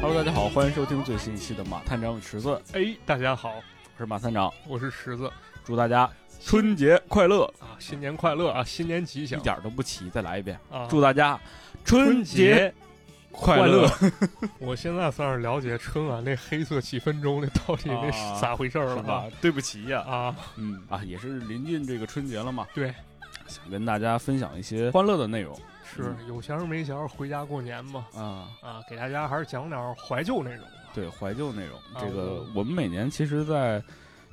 Hello，大家好，欢迎收听最新一期的马探长与池子，哎，大家好，我是马探长，我是池子祝大家春节快乐，啊，新年快乐啊，新年吉一祥点都不齐，再来一遍，啊，祝大家春节快乐。 我现在算是了解春晚那黑色几分钟那到底那啊是咋回事儿是了吧吧？？对不起呀、啊，嗯啊，也是临近这个春节了嘛，对，想跟大家分享一些欢乐的内容是有钱儿没钱儿回家过年嘛，啊，啊，给大家还是讲点儿怀旧啊那种吧对怀旧内容。啊这个我我们每年其实在，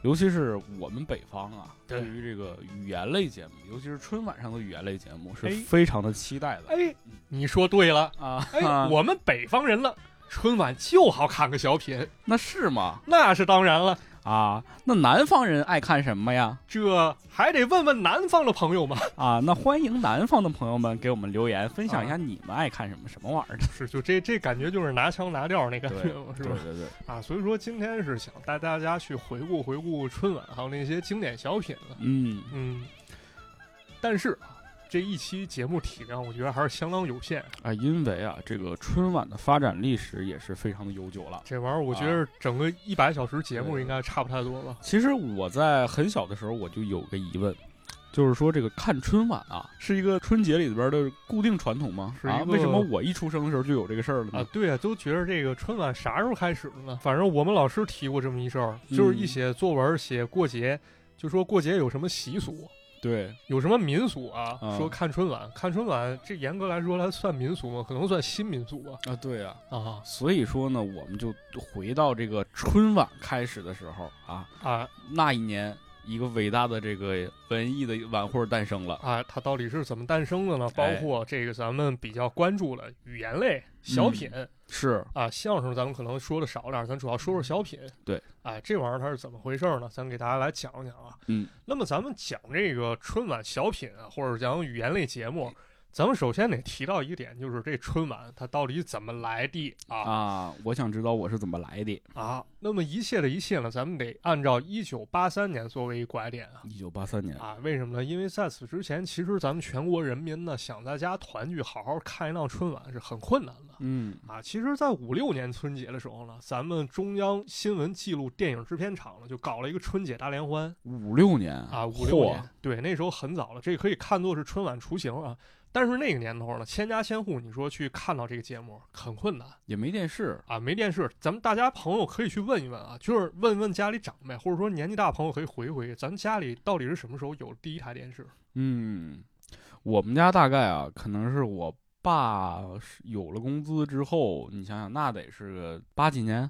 尤其是我们北方啊，对对于这个语言类节目，尤其是春晚上的语言类节目，是哎非常的期待的。哎，你说对了，啊，哎，啊我们北方人了。春晚就好看个小品，那是吗？那是当然了，啊，那南方人爱看什么呀？这还得问问南方的朋友们。啊，那欢迎南方的朋友们给我们留言，分享一啊下你们爱看什么、什么玩意儿的。 是，就这这感觉就是拿腔拿调那感觉， 是吧？对对，啊，所以说今天是想带大家去回顾回顾春晚，还有那些经典小品了。嗯，嗯，但是啊，这一期节目体量，我觉得还是相当有限。啊，因为啊，这个春晚的发展历史也是非常的悠久了。这玩意儿，我觉啊得整个一百小时节目应该差不太多吧。其实我在很小的时候我就有个疑问，就是说这个看春晚啊，是一个春节里边的固定传统吗？是一啊，个为什么我一出生的时候就有这个事儿了啊呢？，对啊，都觉得这个春晚啥时候开始的呢？反正我们老师提过这么一事儿，就是一嗯写作文写过节，就说过节有什么习俗，对，有什么民俗啊？啊说看春晚，看春晚，这严格来说它算民俗吗？可能算新民俗吧。啊，对啊，啊所以说呢，我们就回到这个春晚开始的时候啊，啊，那一年，一个伟大的这个文艺的晚会诞生了。啊，它到底是怎么诞生的呢？包哎嗯括这个咱们比较关注了语言类小品、是，啊，相声咱们可能说的少点儿，咱主要说说小品。嗯对，啊，这玩意儿它是怎么回事儿呢？咱给大家来讲讲啊。嗯，那么咱们讲这个春晚小品啊，或者讲语言类节目，哎咱们首先得提到一个点，就是这春晚它到底怎么来的啊啊，我想知道我是怎么来的。啊？那么一切的一切呢，咱们得按照一九八三年作为一拐点啊。一九八三年，啊，为什么呢？因为在此之前，其实咱们全国人民呢想在家团聚，好好看一趟春晚是很困难的嗯啊。其实，在五六年春节的时候呢，咱们中央新闻记录电影制片厂呢就搞了一个春节大联欢五六年啊，五六嚯年，对，那时候很早了，这可以看作是春晚雏形啊。但是那个年头呢，千家千户，你说去看到这个节目很困难也没电视，啊，没电视。咱们大家朋友可以去问一问啊，就是问问家里长辈，或者说年纪大朋友可以回一回，咱家里到底是什么时候有第一台电视？嗯，我们家大概啊，可能是我爸是有了工资之后，你想想，那得是个八几年，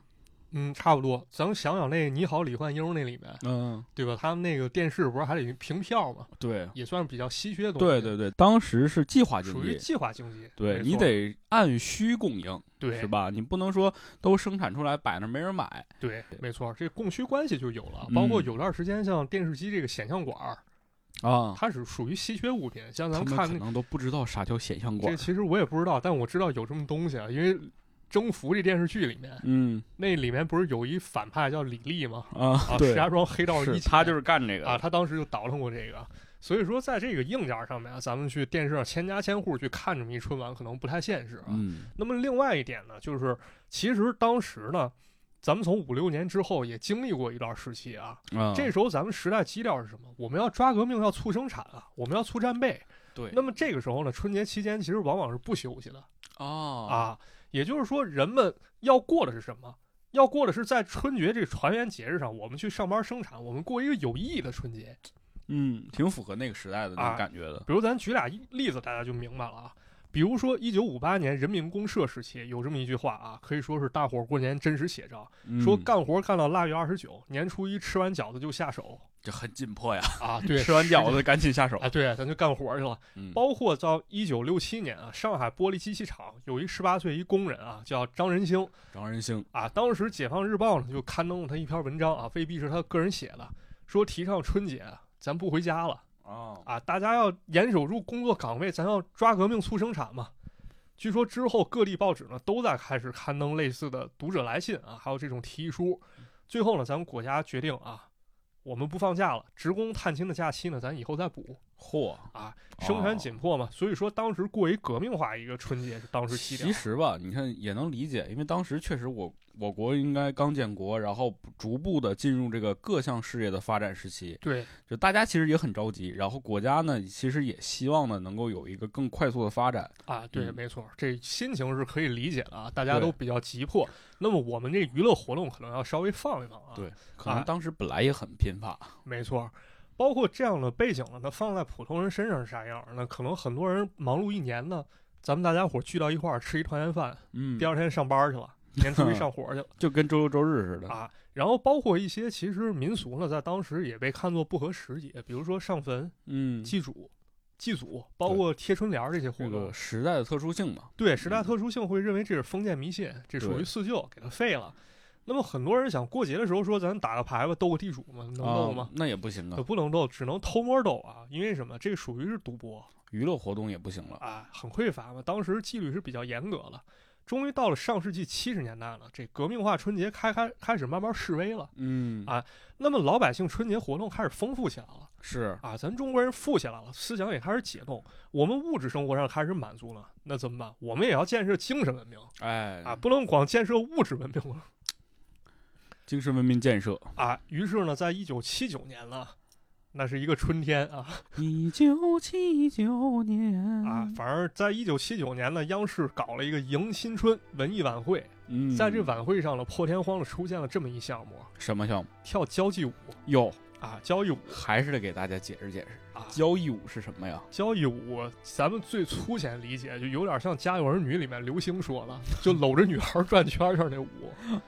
嗯，差不多。咱们想想那《你好，李焕英》那里面，嗯，对吧？他们那个电视不是还得凭票嘛，对，也算是比较稀缺的东对西。对对，当时是计划经属于济。计划经济。对没你错得按需供应，对是？吧？你不能说都生产出来摆那儿没人买，对，没错，这供需关系就有了。包括嗯有段时间，像电视机这个显像管儿，啊，它是属于稀缺物品。像他咱们们看可那能都不知道啥叫显像管这，。其实我也不知道，但我知道有这么东西啊，因为《征服》这电视剧里面，嗯那里面不是有一反派叫李丽吗？啊啊，对石，家庄黑道一是起他就是干这个啊，他当时就倒腾过这个。所以说，在这个硬件上面啊，咱们去电视上千家千户去看这么一春晚，可能不太现实啊。嗯那么另外一点呢，就是其实当时呢，咱们从五六年之后也经历过一段时期啊。啊，这时候咱们时代基调是什么？我们要抓革命，要促生产啊，我们要促战备。对那么这个时候呢，春节期间其实往往是不休息的哦啊。也就是说，人们要过的是什么？要过的是在春节这个团圆节日上，我们去上班生产，我们过一个有意义的春节。嗯，挺符合那个时代的那种啊感觉的。比如咱举俩例子，大家就明白了啊。比如说，一九五八年人民公社时期有这么一句话啊，可以说是大伙儿过年真实写照，说嗯干活干到腊月二十九，年初一吃完饺子就下手这很紧迫呀，啊，对， 吃完饺子子赶紧下手。 啊，对，咱就干活去了。嗯包括到一九六七年啊，上海玻璃机器厂有一十八岁一工人啊，叫张仁兴张仁兴啊，当时《解放日报》呢就刊登了他一篇文章啊，未必是他个人写的，说提倡春节啊咱不回家了。啊，啊，大家要严守住工作岗位，咱要抓革命促生产嘛。据说之后各地报纸呢都在开始刊登类似的读者来信啊，还有这种提议书。最后呢，咱们国家决定啊，我们不放假了，职工探亲的假期呢，咱以后再补嚯，啊，生哦产紧迫嘛，所以说当时过一革命化一个春节是当时起其点。实吧，你看也能理解，因为当时确实我我国应该刚建国，然后逐步的进入这个各项事业的发展时期，对，就大家其实也很着急，然后国家呢其实也希望呢能够有一个更快速的发展。啊，对，嗯没错，这心情是可以理解的啊，大家都对比较急迫。那么我们这娱乐活动可能要稍微放一放啊。对可能当时本来也很贫 乏，没错，包括这样的背景呢，它放在普通人身上是啥样儿呢？那可能很多人忙碌一年呢，咱们大家伙儿聚到一块儿吃一团圆饭，嗯第，二天上班儿去了，年初一上火 去了就跟周六周日似的。啊。然后包括一些其实民俗呢，在当时也被看作不合时宜，比如说上坟、嗯，祭祖、祭祖，包括贴春联儿这些活这动个。时代的特殊性嘛，对时代嗯特殊性会认为这是封建迷信，这属于对四旧，给它废了。那么很多人想过节的时候说咱打个牌吧，斗个地主嘛，能斗吗啊？那也不行啊呃，不能斗，只能偷摸斗啊！因为什么？这个属于是赌博娱乐活动也不行了。啊，很匮乏嘛。当时纪律是比较严格的。终于到了上世纪七十年代了，这革命化春节开开开始慢慢示威了，嗯啊那么老百姓春节活动开始丰富起来了是啊，咱中国人富起来了，思想也开始解冻，我们物质生活上开始满足了，那怎么办？我们也要建设精神文明哎啊，不能光建设物质文明了。精神文明建设。啊，于是呢，在一九七九年呢，那是一个春天啊 一九七九年啊，反而在一九七九年呢，央视搞了一个迎新春文艺晚会，嗯，在这晚会上呢，破天荒的出现了这么一项目，什么项目？跳交际舞哟，啊，交际舞还是得给大家解释解释，啊，交谊舞是什 么呀？交际舞，咱们最粗浅理解就有点像《家有儿女》里面刘星说的，就搂着女孩转圈圈那舞，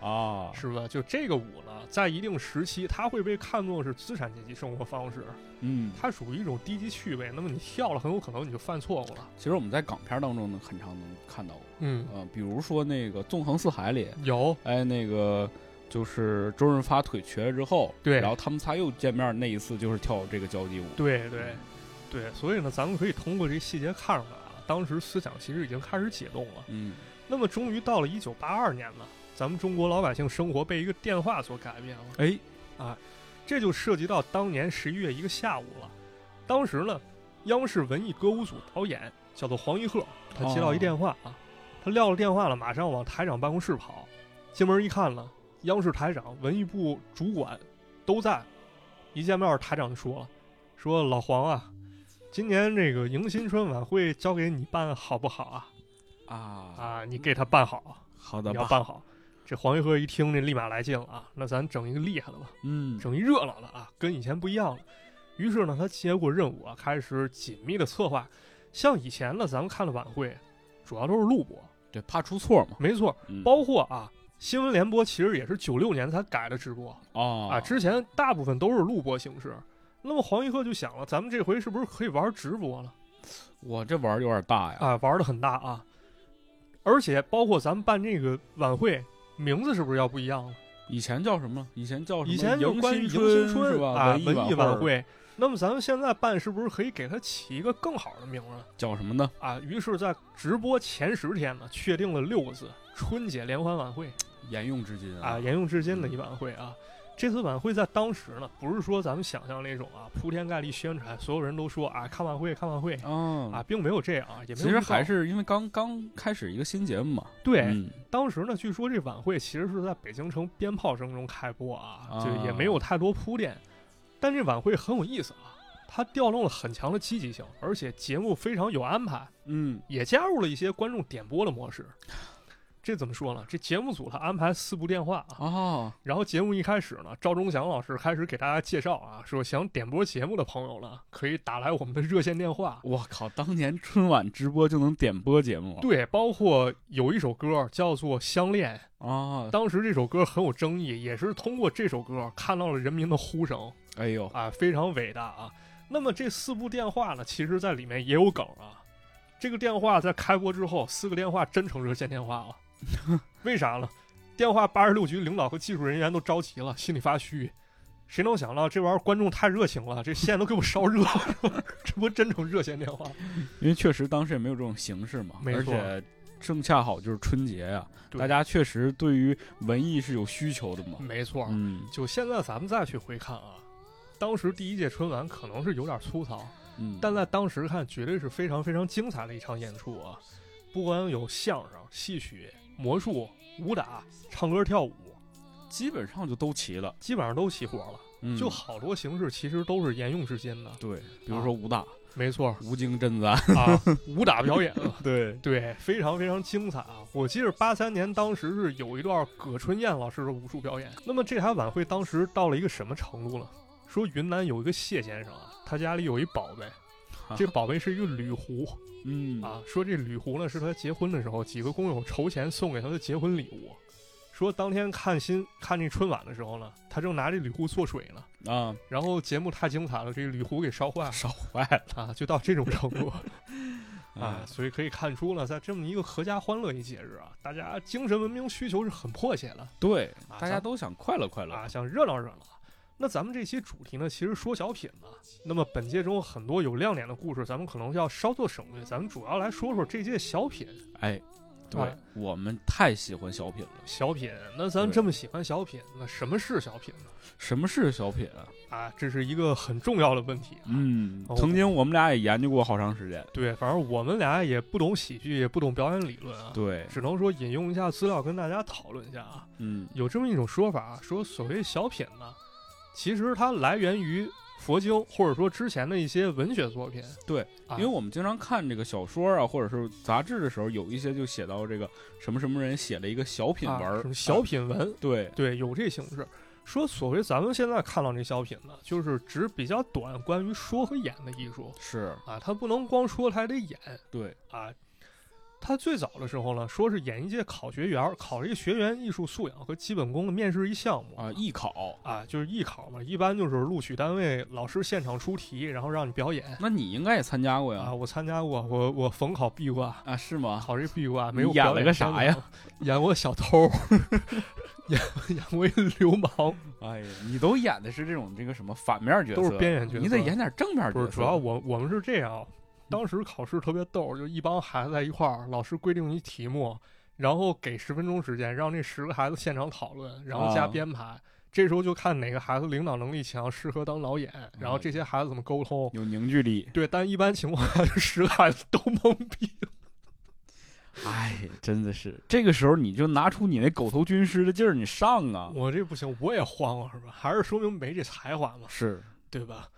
啊是吧？就这个舞呢，在一定时期，它会被看作是资产阶级生活方式。嗯，它属于一种低级趣味，那么你跳了，很有可能你就犯错误了。其实我们在港片当中呢，很常能看到过，嗯，呃，比如说那个《纵横四海》里，有哎，那个就是周润发腿瘸了之后，对然后他们仨又见面那一次就是跳这个交际舞，对对对，所以呢，咱们可以通过这细节看出来啊，当时思想其实已经开始解冻了。嗯，那么，终于到了一九八二年呢，咱们中国老百姓生活被一个电话所改变了，啊哎，这就涉及到当年十一月一个下午了。当时呢，央视文艺歌舞组导演叫做黄一鹤，他接到一哦电话啊，他撂了电话了，马上往台长办公室跑，进门一看呢，央视台长、文艺部主管都在。一见面，台长就说了：“说老黄啊，今年这个迎新春晚会交给你办好不好啊？啊啊，你给他办好，好的你要吧，办好。”这黄一鹤一听，这立马来劲了啊！那咱整一个厉害的吧，嗯，整一热闹的啊，跟以前不一样了。于是呢，他接过任务啊，开始紧密的策划。像以前呢，咱们看的晚会，主要都是录播，对，怕出错嘛，没错，嗯包括啊，新闻联播其实也是九六年才改的直播哦啊，之前大部分都是录播形式。那么黄一鹤就想了，咱们这回是不是可以玩直播了我这玩儿有点大呀，啊？玩的很大啊，而且包括咱们办这个晚会，名字是不是要不一样了？以前叫什么？以前叫哦什么？以前就迎关于迎春新春是吧？啊，文文艺艺晚会会。那么咱们现在办是不是可以给它起一个更好的名字叫什么呢？啊？于是，在直播前十天呢，确定了六个字：春节联欢晚会沿用至今啊，沿用至今嗯的一晚会啊。这次晚会在当时呢，不是说咱们想象那种啊铺天盖地宣传，所有人都说啊看晚会看晚会嗯啊，，并没有这样，啊，也没其有预实告还是因为刚刚开始一个新节目嘛。对，嗯当时呢，据说这晚会其实是在北京城鞭炮声中开播啊，啊就也没有太多铺垫，但这晚会很有意思啊，它调动了很强的积极性，而且节目非常有安排，嗯，也加入了一些观众点播的模式。这怎么说呢？这节目组他安排四部电话啊，哦，然后节目一开始呢，赵忠祥老师开始给大家介绍啊，说想点播节目的朋友呢，可以打来我们的热线电话。我靠，当年春晚直播就能点播节目对，包括有一首歌叫做《相恋》， 啊！当时这首歌很有争议，也是通过这首歌看到了人民的呼声哎呦，啊，非常伟大啊。那么这四部电话呢，其实在里面也有梗啊。这个电话在开播之后，四个电话真成热线电话了， 为啥呢？电话八十六局领导和技术人员都着急了，心里发虚。谁能想到这玩意儿观众太热情了，这线都给我烧热了， 这不真成热线电话？因为确实当时也没有这种形式嘛，没而错且正恰好就是春节呀，对大家确实对于文艺是有需求的嘛。没错，嗯，就现在咱们再去回看啊，当时第一届春晚可能是有点粗糙，嗯，但在当时看，绝对是非常非常精彩的一场演出啊！不光有相声、戏曲、魔术、武打、唱歌、跳舞，基本上就都齐了，基本上都齐活了。嗯就好啊多形式其实都是沿用至今的。对，比如说武打、没错吴京镇子，啊，武打表演啊对， 对，非常非常精彩啊！我记得八三年当时是有一段葛春燕老师的武术表演。那么这台晚会当时到了一个什么程度呢？说云南有一个谢先生啊，他家里有一宝贝，这宝贝是一个铝壶。嗯啊，说这铝壶呢是他结婚的时候几个工友筹钱送给他的结婚礼物。说当天看新看这春晚的时候呢，他正拿这铝壶做水呢，啊，然后节目太精彩了，这个铝壶给烧坏了烧坏了啊，就到这种程度啊，，嗯所以可以看出呢，在这么一个合家欢乐一节日啊，大家精神文明需求是很迫切的对，啊大家咱都想快乐快乐，啊，想热闹热闹。那咱们这期主题呢，其实说小品呢，那么本届中很多有亮点的故事，咱们可能要稍作省略，咱们主要来说说这届小品哎，对啊我们太喜欢小品了。小品，那咱对这么喜欢小品，那什么是小品呢？什么是小品啊？啊，这是一个很重要的问题。嗯，哦曾经我们俩也研究过好长时间。对，反正我们俩也不懂喜剧，也不懂表演理论啊，对，只能说引用一下资料跟大家讨论一下啊。嗯，有这么一种说法啊，说所谓小品呢，其实它来源于佛经，或者说之前的一些文学作品。对啊，因为我们经常看这个小说啊，或者是杂志的时候，有一些就写到这个什么什么人写了一个小品文啊儿什，么小品文，对，对，有这形式。说所谓咱们现在看到这小品呢，就是指比较短关于说和演的艺术是，啊，它不能光说，它还得演。对，啊，他最早的时候呢，说是演艺界考学员儿，考这个学员艺术素养和基本功的面试一项目啊，艺考，啊，就是艺考嘛，一般就是录取单位老师现场出题，然后让你表演 那你应该也参加过啊。呀？我参加过，我我逢考必挂，啊，是吗？考这必挂，没你有演表了演个天啥分呀？ 演过小偷， 演演过一流氓，哎呀，你都演的是这种这个什么反面角色，都是边缘角色你得演点正面角色。不是，主要我我们是这样，当时考试特别逗，就一帮孩子在一块儿，老师规定一题目，然后给十分钟时间，让这十个孩子现场讨论，然后加啊编排。这时候就看哪个孩子领导能力强，适合当导演，然嗯后这些孩子怎么沟通。有凝聚力。对，但一般情况下，这十个孩子都懵逼了。哎，真的是，这个时候你就拿出你那狗头军师的劲儿，你上啊！我这不行，我也慌啊，是吧？还是说明没这才华嘛，是，对吧？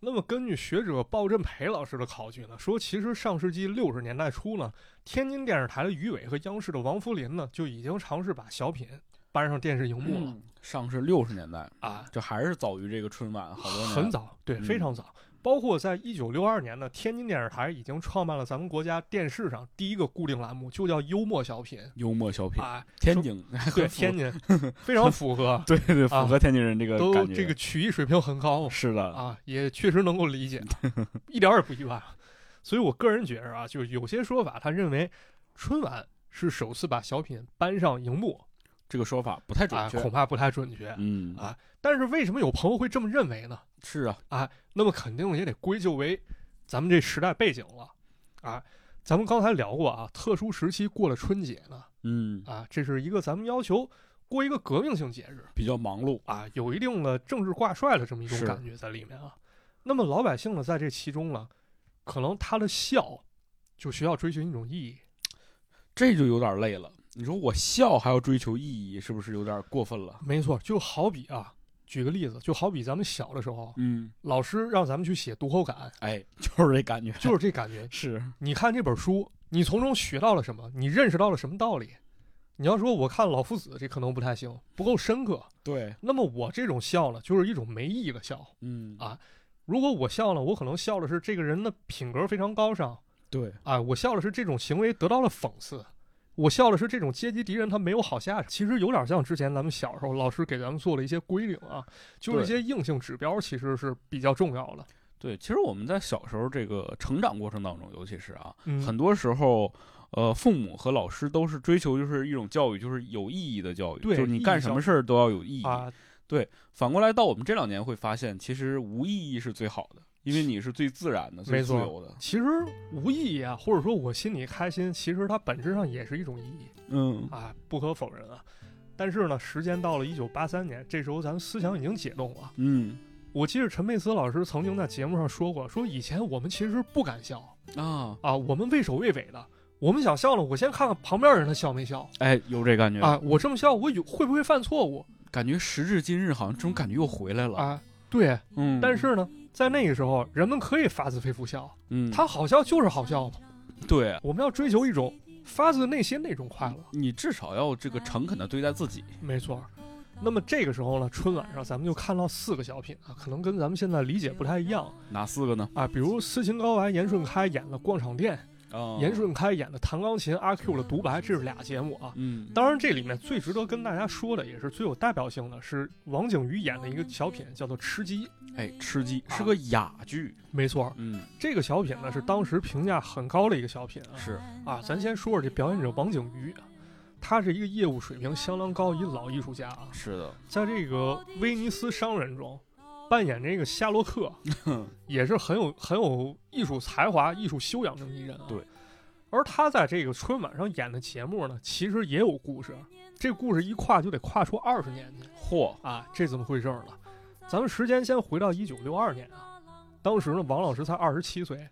那么根据学者鲍振培老师的考据呢，说其实上世纪六十年代初呢，天津电视台的于伟和央视的王福林呢，就已经尝试把小品搬上电视荧幕了、嗯上世六十年代，啊，这还是早于这个春晚好多年，很早，对，嗯非常早。包括在一九六二年呢，天津电视台已经创办了咱们国家电视上第一个固定栏目，就叫幽默小品幽默小品，啊，天津 对符天津非常 符合，对对，啊符合天津人这个都感觉，这个曲艺水平很高，是的，啊，也确实能够理解，啊一点儿也不意外。啊所以我个人觉着啊，就是有些说法，他认为春晚是首次把小品搬上荧幕这个说法不太啊，准确，恐怕不太准确。嗯啊但是为什么有朋友会这么认为呢？是啊，那么肯定也得归咎为咱们这时代背景了啊。咱们刚才聊过啊，特殊时期过了春节呢嗯，啊，这是一个咱们要求过一个革命性节日，比较忙碌，啊，有一定的政治挂帅的这么一种是感觉在里面啊。那么老百姓呢，在这其中呢，可能他的笑就需要追寻一种意义这就有点累了。你说我笑还要追求意义，是不是有点过分了？没错，就好比啊，举个例子，就好比咱们小的时候，嗯，老师让咱们去写读后感，哎，就是 这感觉，。就是这感 觉是，你看这本书，你从中学到了什么？你认识到了什么道理？你要说我看老夫子，这可能不太行，不够深刻。对，那么我这种笑呢，就是一种没意义的笑。嗯啊如果我笑呢，我可能笑的是这个人的品格非常高尚，对，啊，我笑的是这种行为得到了讽刺，我笑的是这种阶级敌人他没有好下场。其实有点像之前咱们小时候老师给咱们做的一些规定啊，就是一些硬性指标其实是比较重要的。对，其实我们在小时候这个成长过程当中，尤其是啊，嗯，很多时候，呃，父母和老师都是追求就是一种教育，就是有意义的教育，对就是你意义干教什育么事儿都要有意义。啊，反过来，到我们这两年会发现，其实无意义是最好的，因为你是最自然的、最没自错由的。其实无意义啊，或者说我心里开心，其实它本质上也是一种意义嗯啊，不可否认啊。但是呢，时间到了一九八三年，这时候咱们思想已经解冻了，嗯，我记得陈佩斯老师曾经在节目上说过，说以前我们其实不敢笑啊，啊，我们畏首畏尾的。我们想笑呢，我先看看旁边人他笑没笑哎，有这感觉，啊，我这么笑，我有会不会犯错误感觉时至今日好像这种感觉又回来了。啊？对，嗯，但是呢，在那个时候，人们可以发自肺腑笑，嗯，他好笑就是好笑嘛。对啊我们要追求一种发自内心的一种快乐，你至少要这个诚恳的对待自己。没错。那么这个时候呢，春晚上咱们就看到四个小品啊，可能跟咱们现在理解不太一样哪四个呢？啊，比如斯琴高娃、严顺开演的《广场店》，啊，严顺开演的弹钢琴，阿 Q 的独白，这是俩节目啊。嗯，当然，这里面最值得跟大家说的，也是最有代表性的是王景瑜演的一个小品，叫做《吃鸡》。哎，吃鸡啊是个哑剧，没错，嗯，这个小品呢是当时评价很高的一个小品啊。是，啊，咱先说说这表演者王景瑜，啊他是一个业务水平相当高一老艺术家啊，是的，在这个威尼斯商人中扮演这个夏洛克，也是很有很有艺术才华、艺术修养这么一人啊。对，而他在这个春晚上演的节目呢，其实也有故事，这故事一跨就得跨出二十年去嚯，啊，这怎么回事儿呢？咱们时间先回到一九六二年啊，当时呢，王老师才二十七岁，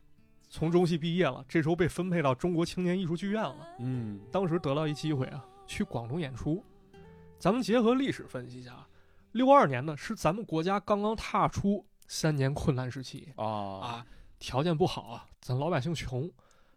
从中戏毕业了，这时候被分配到中国青年艺术剧院了。嗯，当时得到一机会啊，去广东演出。咱们结合历史分析一下啊，六二年呢是咱们国家刚刚踏出三年困难时期啊，啊，条件不好啊，咱老百姓穷。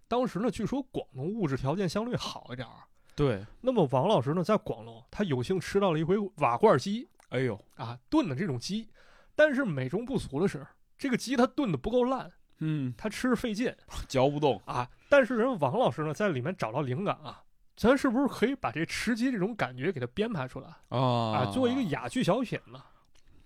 当时呢，据说广东物质条件相对好一点儿。对，那么王老师呢，在广东他有幸吃到了一回瓦罐鸡哎呦，啊，炖的这种鸡。但是美中不足的是，这个鸡它炖的不够烂，嗯，它吃着费劲。嚼不动，啊，但是人王老师呢，在里面找到灵感啊，咱是不是可以把这吃鸡这种感觉给它编排出来啊啊，做一个哑剧小品呢？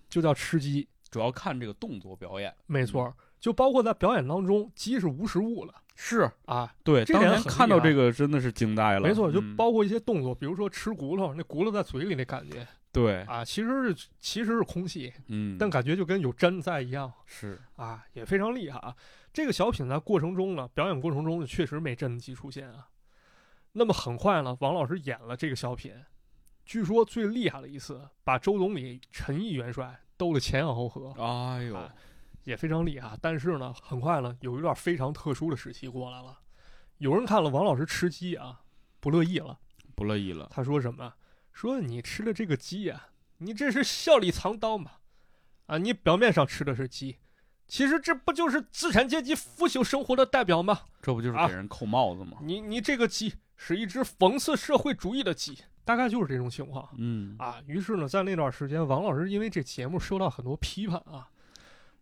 就叫吃鸡，主要看这个动作表演，没错儿，就包括在表演当中，鸡是无实物了是啊，对，这当点年很看厉到害这个真的是惊呆了，没错儿，就嗯包括一些动作，比如说吃骨头，那骨头在嘴里那感觉对，啊，其实是其实是空气，哎嗯，但感觉就跟有针在一样是，啊，也非常厉害啊。这个小品在过程中呢，表演过程中呢，确实没真的鸡出现啊。那么很快呢，王老师演了这个小品，据说最厉害的一次，把周总理、陈毅元帅兜得前仰后合，哎呦啊，也非常厉害啊。但是呢，很快呢，有一段非常特殊的时期过来了，有人看了王老师吃鸡啊，不乐意了，不乐意了，他说什么？说你吃的这个鸡啊，你这是笑里藏刀嘛？啊，你表面上吃的是鸡，其实这不就是资产阶级腐朽生活的代表吗？这不就是啊给人扣帽子吗？你你这个鸡是一只讽刺社会主义的鸡，大概就是这种情况嗯，啊。于是呢，在那段时间，王老师因为这节目受到很多批判啊。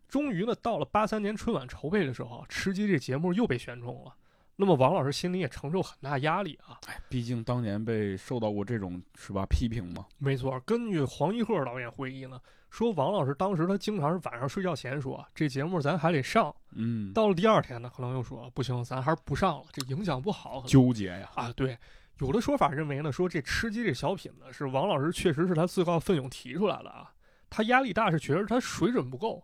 终于呢，到了八三年春晚筹备的时候，吃鸡这节目又被选中了。那么王老师心里也承受很大压力啊。哎，毕竟当年被受到过这种是吧批评嘛，没错，根据黄一鹤导演回忆呢，说王老师当时他经常是晚上睡觉前说这节目咱还得上，嗯，到了第二天呢，可能又说不行，咱还是不上了，这影响不好。可能纠结呀，啊，对，有的说法认为呢，说这吃鸡这小品呢是王老师确实是他自告奋勇提出来的啊，他压力大是觉得他水准不够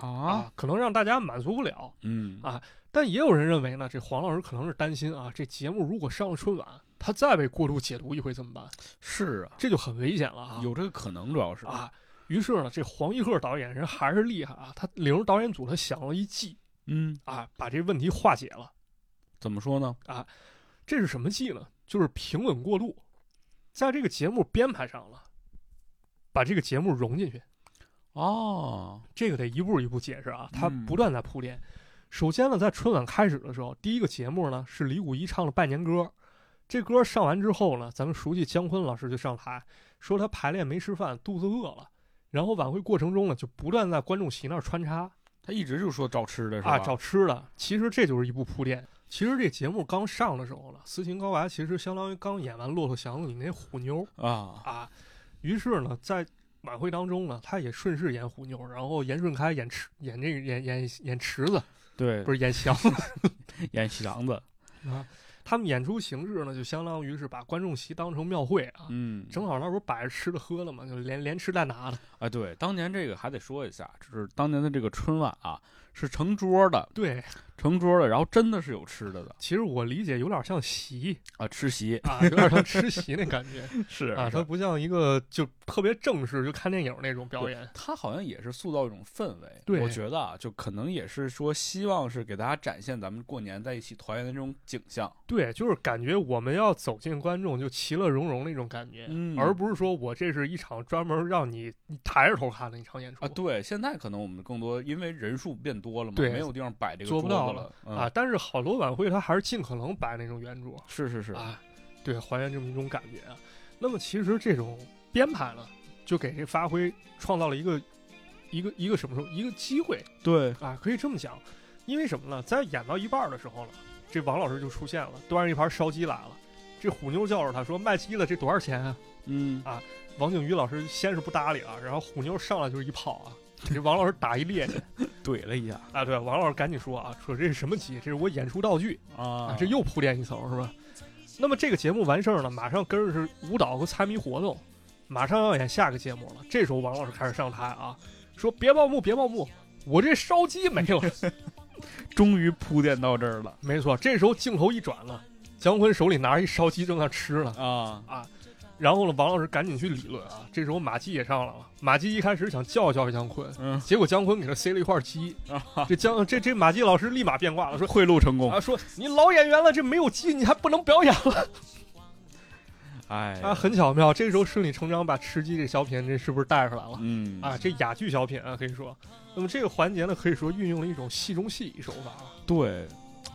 啊，，可能让大家满足不了。嗯啊但也有人认为呢，这黄老师可能是担心啊，这节目如果上了春晚，他再被过度解读一回怎么办？是啊，这就很危险了啊。有这个可能主要是，啊。于是呢，这黄一鹤导演人还是厉害啊，他领着导演组他想了一计嗯，啊，把这问题化解了。怎么说呢？这是什么计呢？就是平稳过渡，在这个节目编排上了，把这个节目融进去。哦，这个得一步一步解释啊，他嗯不断在铺垫。首先呢，在春晚开始的时候，第一个节目呢是李谷一唱的拜年歌。这歌上完之后呢，咱们熟悉姜昆老师就上台说他排练没吃饭，肚子饿了。然后晚会过程中呢，就不断在观众席那儿穿插，他一直就说找吃的是吧？啊，找吃的。其实这就是一部铺垫。其实这节目刚上的时候了，斯琴高娃其实相当于刚演完《骆驼祥子》里那虎妞啊，啊。于是呢，在晚会当中呢，他也顺势演虎妞，然后严顺开演池演这个演演演池子，对，不是演祥子是演喜肠子，啊。他们演出形式呢，就相当于是把观众席当成庙会啊。嗯，正好那不是摆着吃的喝的嘛，就连连吃带拿的。啊，对，当年这个还得说一下，就是当年的这个春晚啊，是成桌的，对，成桌的，然后真的是有吃的的其实我理解有点像席啊，吃席啊，有点像吃席那感觉是啊，它不像一个就特别正式，就看电影那种表演。他好像也是塑造一种氛围。对我觉得啊，就可能也是说，希望是给大家展现咱们过年在一起团圆的这种景象。对，就是感觉我们要走进观众，就其乐融融那种感觉，嗯而不是说我这是一场专门让你你抬着头看的一场演出啊，对，现在可能我们更多因为人数变多了嘛，对没有地方摆这个做桌不子到了、嗯、啊。，但是好多晚会它还是尽可能摆那种圆桌是是是，啊，对，还原这么一种感觉啊。那么其实这种编排呢，就给这发挥创造了一个一个一个什么时候一个机会对，啊，可以这么讲，因为什么呢？在演到一半儿的时候呢，这王老师就出现了，端着一盘烧鸡来了。这虎妞叫着他说：“卖鸡了，这多少钱啊？”嗯啊王景瑜老师先是不搭理啊，然后虎妞上来就是一炮啊，给王老师打一趔趄怼了一下啊！对，王老师赶紧说啊，说这是什么鸡？这是我演出道具啊啊！这又铺垫一层是吧？那么这个节目完事儿了，马上跟着是舞蹈和猜谜活动，马上要演下个节目了。这时候王老师开始上台啊，说别报幕，别报幕，我这烧鸡没了。终于铺垫到这儿了没错，这时候镜头一转了，姜昆手里拿着一烧鸡正在吃呢。啊，然后呢，王老师赶紧去理论啊。这时候马季也上来了，马季一开始想教育教育姜昆，嗯结果姜昆给他塞了一块 鸡，啊，这姜这这马季老师立马变卦了，说贿赂成功，啊说你老演员了，这没有鸡你还不能表演了哎啊，很巧妙。这时候顺理成章把吃鸡这小品这是不是带出来了嗯啊？这哑剧小品啊，可以说，那么这个环节呢，可以说运用了一种戏中戏手法啊。对，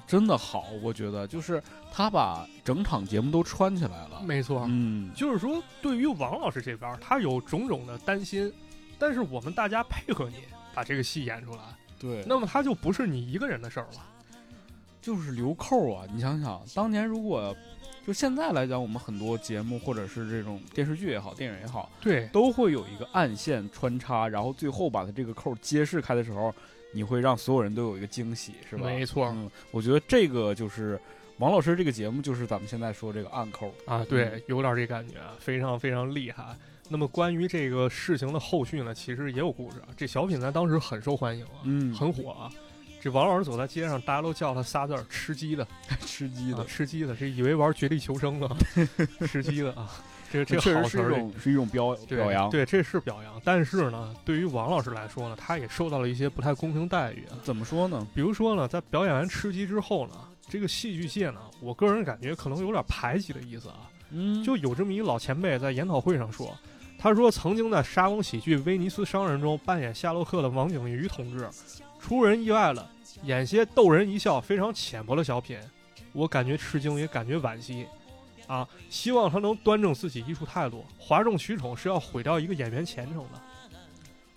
真的好，我觉得就是他把整场节目都穿起来了，没错，嗯，就是说对于王老师这边儿，他有种种的担心，但是我们大家配合你把这个戏演出来。对，那么它就不是你一个人的事儿了。就是留扣啊！你想想，当年如果就现在来讲，我们很多节目或者是这种电视剧也好，电影也好，对，都会有一个暗线穿插，然后最后把它这个扣揭示开的时候，你会让所有人都有一个惊喜，是吧？没错啊嗯，我觉得这个就是王老师这个节目，就是咱们现在说这个暗扣。啊，对，有点这感觉，啊，非常非常厉害。那么关于这个事情的后续呢，其实也有故事啊。这小品在当时很受欢迎啊，嗯，很火啊。这王老师走在街上，大家都叫他仨字儿“吃鸡的”，吃鸡啊的，吃鸡的，这以为玩绝地 求生呢，吃鸡的啊，这个这这个确好实词是一儿，种是一种表对表扬。，对，这是表扬。但是呢，对于王老师来说呢，他也受到了一些不太公平待遇啊。怎么说呢？比如说呢，在表演完吃鸡之后呢，这个戏剧界呢，我个人感觉可能有点排挤的意思啊。嗯就有这么一老前辈在研讨会上说，他说曾经在莎翁喜剧《威尼斯商人》中扮演夏洛克的王景瑜同志，出人意外了，演些逗人一笑、非常浅薄的小品，我感觉吃惊，也感觉惋惜。啊，希望他能端正自己艺术态度，哗众取宠是要毁掉一个演员前程的。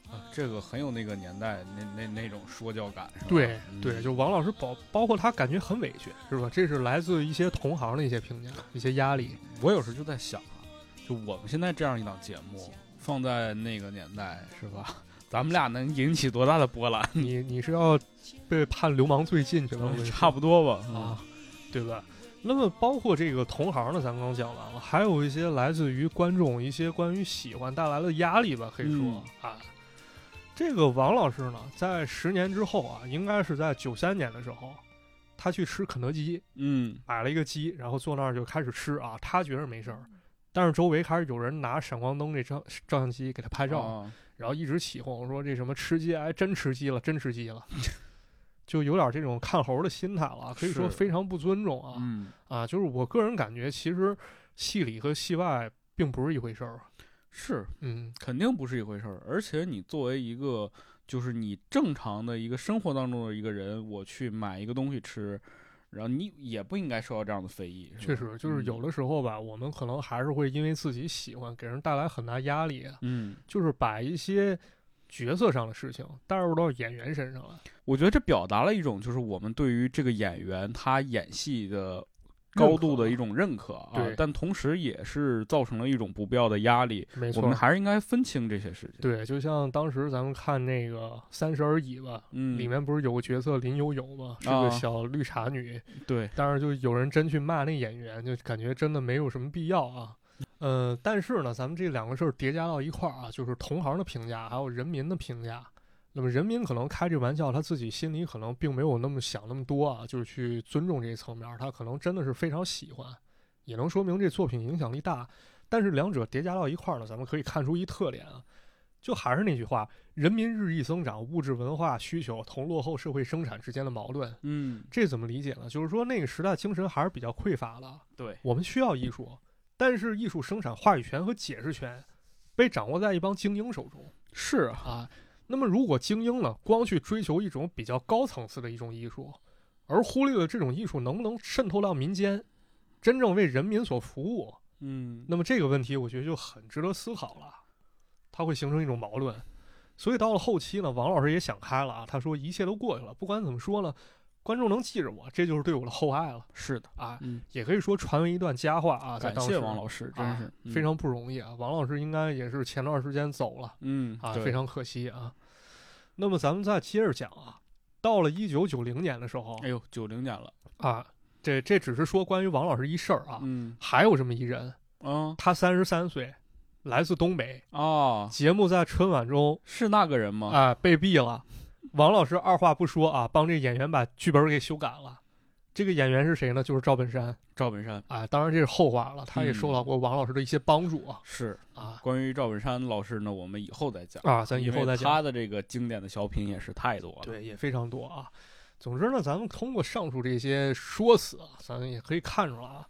啊这个很有那个年代那那那种说教感。是吧对嗯对，就王老师包包括他感觉很委屈，是吧？这是来自一些同行的一些评价、一些 压力。我有时候就在想啊，就我们现在这样一档节目，放在那个年代是吧？咱们俩能引起多大的波澜？你你是要被判流氓罪进去了， 我跟你嗯差不多吧。多啊，对吧？那么包括这个同行的，咱们刚讲完了，还有一些来自于观众一些关于喜欢带来的压力吧，可以说、嗯啊，这个王老师呢，在十年之后啊，应该是在九三年的时候，他去吃肯德基，嗯，买了一个鸡，然后坐那儿就开始吃啊，他觉得没事儿，但是周围开始有人拿闪光灯这照照相机给他拍拍照，然后一直起哄说这什么吃鸡，哎，真吃鸡了，真吃鸡了， 就有点这种看猴的心态了啊，可以说是非常不尊重啊、嗯，啊！就是我个人感觉，其实戏里和戏外并不是一回事儿，是嗯，肯定不是一回事儿。而且你作为一个，就是你正常的一个生活当中的一个人，我去买一个东西吃，然后你也不应该受到这样的非议。嗯确实就是有了。的时候吧，我们可能还是会因为自己喜欢，给人带来很大压力，啊嗯，就是把一些角色上的事情带入到演员身上来。我觉得这表达了一种就是我们对于这个演员他演戏的认高度可的一种认可啊，对但同时也是造成了一种不必要的压力。没我错们，还是应该分清这些事情。，对，就像当时咱们看那个《三十而已》吧，嗯，里面不是有个角色林有有吗？是个啊小绿茶女，对，当然就有人真去骂那演员，就感觉真的没有什么必要啊。呃，但是呢，咱们这两个事儿叠加到一块儿啊，就是同行的评价，还有人民的评价，那么人民可能开这玩笑，他自己心里可能并没有那么想那么多啊，就是去尊重这一层面儿，他可能真的是非常喜欢，也能说明这作品影响力大。但是两者叠加到一块儿呢，咱们可以看出一特点啊，就还是那句话，人民日益增长，物质文化需求同落后社会生产之间的矛盾，嗯，这怎么理解呢？就是说那个时代精神还是比较匮乏了，对，我们需要艺术，但是艺术生产话语权和解释权被掌握在一帮精英手中是啊，啊。那么，如果精英呢，光去追求一种比较高层次的一种艺术，而忽略了这种艺术能不能渗透到民间，真正为人民所服务，嗯，那么这个问题我觉得就很值得思考了，它会形成一种矛盾。所以到了后期呢，王老师也想开了啊，他说一切都过去了，不管怎么说呢，观众能记着我，这就是对我的厚爱了是的，啊。嗯，也可以说传为一段佳话啊，在感当时谢王老师，真啊是、嗯非，常不容易啊。王老师应该也是前段时间走了嗯，啊，对非，常可惜啊。那么咱们再接着讲啊，到了一九九零年的时候哎呦，九零年了，啊，这这只是说关于王老师一事儿啊，嗯，还有这么一人，啊他三十三岁，来自东北，哦，节目在春晚中是那个人吗？啊、被毙了。王老师二话不说啊，帮这演员把剧本给修改了。这个演员是谁呢？就是赵本山赵本山啊、当然这是后话了，他也嗯受到过王老师的一些帮助啊是。啊关于赵本山老师呢，我们以后再讲，啊！咱以因为后再讲，他的这个经典的小品也是太多了。，对，也非常多啊。总之呢，咱们通过上述这些说辞啊，咱们也可以看出来啊，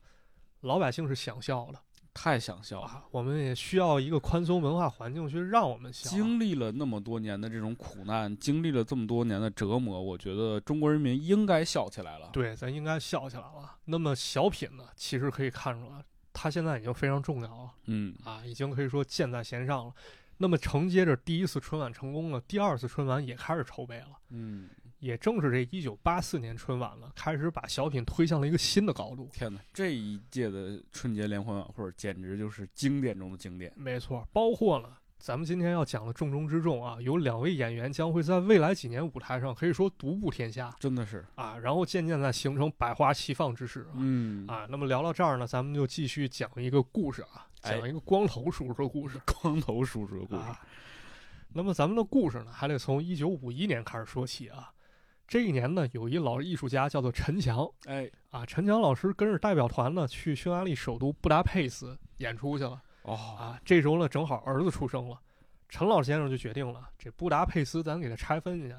老百姓是想笑的太想笑了。啊，我们也需要一个宽松文化环境去让我们笑啊。经历了那么多年的这种苦难，经历了这么多年的折磨，我觉得中国人民应该笑起来了。对，咱应该笑起来了。那么小品呢，其实可以看出来，它现在已经非常重要了嗯，啊，已经可以说箭在弦上了。那么承接着第一次春晚成功了，第二次春晚也开始筹备了。嗯，也正是这一九八四年春晚了，开始把小品推向了一个新的高度。天哪，这一届的春节联欢晚会简直就是经典中的经典。没错，包括了咱们今天要讲的重中之重啊，有两位演员将会在未来几年舞台上可以说独步天下真的是，啊，然后渐渐在形成百花齐放之势啊。嗯，啊，那么聊到这儿呢，咱们就继续讲一个故事啊，哎讲一个光头叔叔的故事、 光头叔叔的故事，啊。那么咱们的故事呢，还得从一九五一年开始说起啊。这一年呢，有一老艺术家叫做陈强哎，啊，陈强老师跟着代表团呢去匈牙利首都布达佩斯演出去了哦，啊。这时候呢，正好儿子出生了，陈老先生就决定了，这布达佩斯咱给它拆分一下。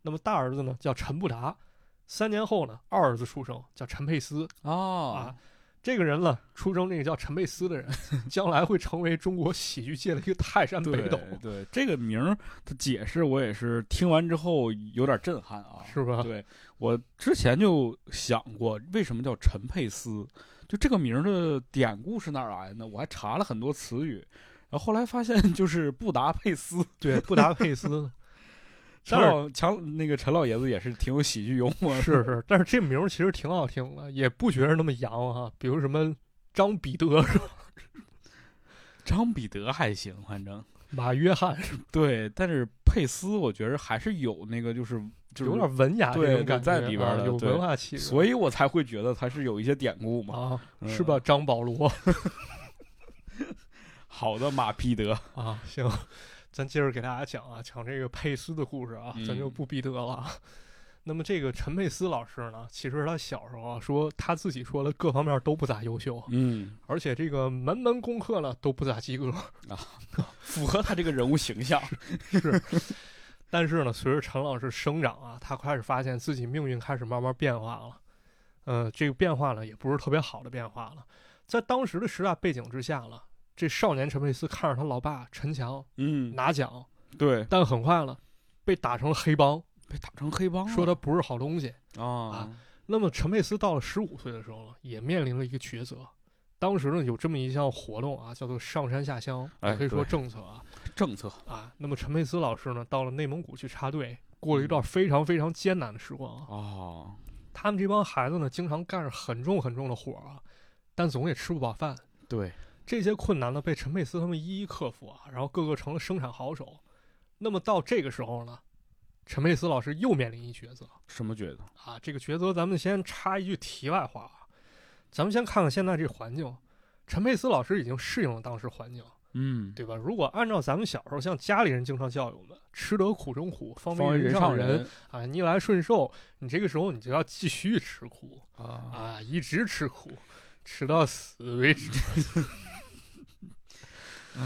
那么大儿子呢叫陈布达，三年后呢，二儿子出生叫陈佩斯，哦啊，这个人呢，出生那个叫陈佩斯的 人，将来会成为中国喜剧界的一个泰山对北斗，对，这个名儿的解释我也是听完之后有点震撼啊。是吧？对我之前就想过，为什么叫陈佩斯？就这个名儿的典故是哪儿来的呢？我还查了很多词语，然后后来发现就是 布达佩斯。对，布达佩斯陈 但是老强那个陈老爷子也是挺有喜剧幽默的，是是，但是这名儿其实挺好听的，也不觉得那么洋啊。比如什么张彼得、 张彼得还行，反正马约翰，对，但是佩斯我觉得还是有那个就是就是有点文雅对这种对感觉在里边啊的有对文化气质，所以我才会觉得他是有一些典故嘛，啊，嗯是吧？？张保罗嗯好的，马彼得， 啊，行，咱接着给大家讲啊，讲这个佩斯的故事啊，咱就嗯不逼得了啊。那么这个陈佩斯老师呢，其实他小时候啊，说他自己说了，各方面都不咋优秀，嗯，而且这个门门功课呢都不咋及格。符合他这个人物形象，但是呢，随着陈老师生长啊，他开始发现自己命运开始慢慢变化了。呃，这个变化呢，也不是特别好的变化了。在当时的时代背景之下呢，这少年陈佩斯看着他老爸陈强嗯，拿奖，对，但很快呢，被打成了黑帮，被打成黑帮了，说他不是好东西。啊，那么陈佩斯到了十五岁的时候呢，也面临了一个抉择。当时呢，有这么一项活动啊，叫做“上山下乡”，哎也可以说对政策啊政策，啊。那么陈佩斯老师呢，到了内蒙古去插队，过了一段非常非常艰难的时光啊。嗯哦，他们这帮孩子呢，经常干着很重很重的活啊，但总也吃不饱饭。对，这些困难呢，被陈佩斯他们一一克服啊，然后个个成了生产好手。那么到这个时候呢，陈佩斯老师又面临一抉择。什么觉得？啊，这个抉择咱们先插一句题外话啊，咱们先看看现在这环境。陈佩斯老师已经适应了当时环境，嗯，对吧？如果按照咱们小时候像家里人经常教育我们“吃得苦中苦，方方为为人上上人”啊，逆来顺受，你这个时候你就要继续吃苦啊，啊，一直吃苦，吃到死为止。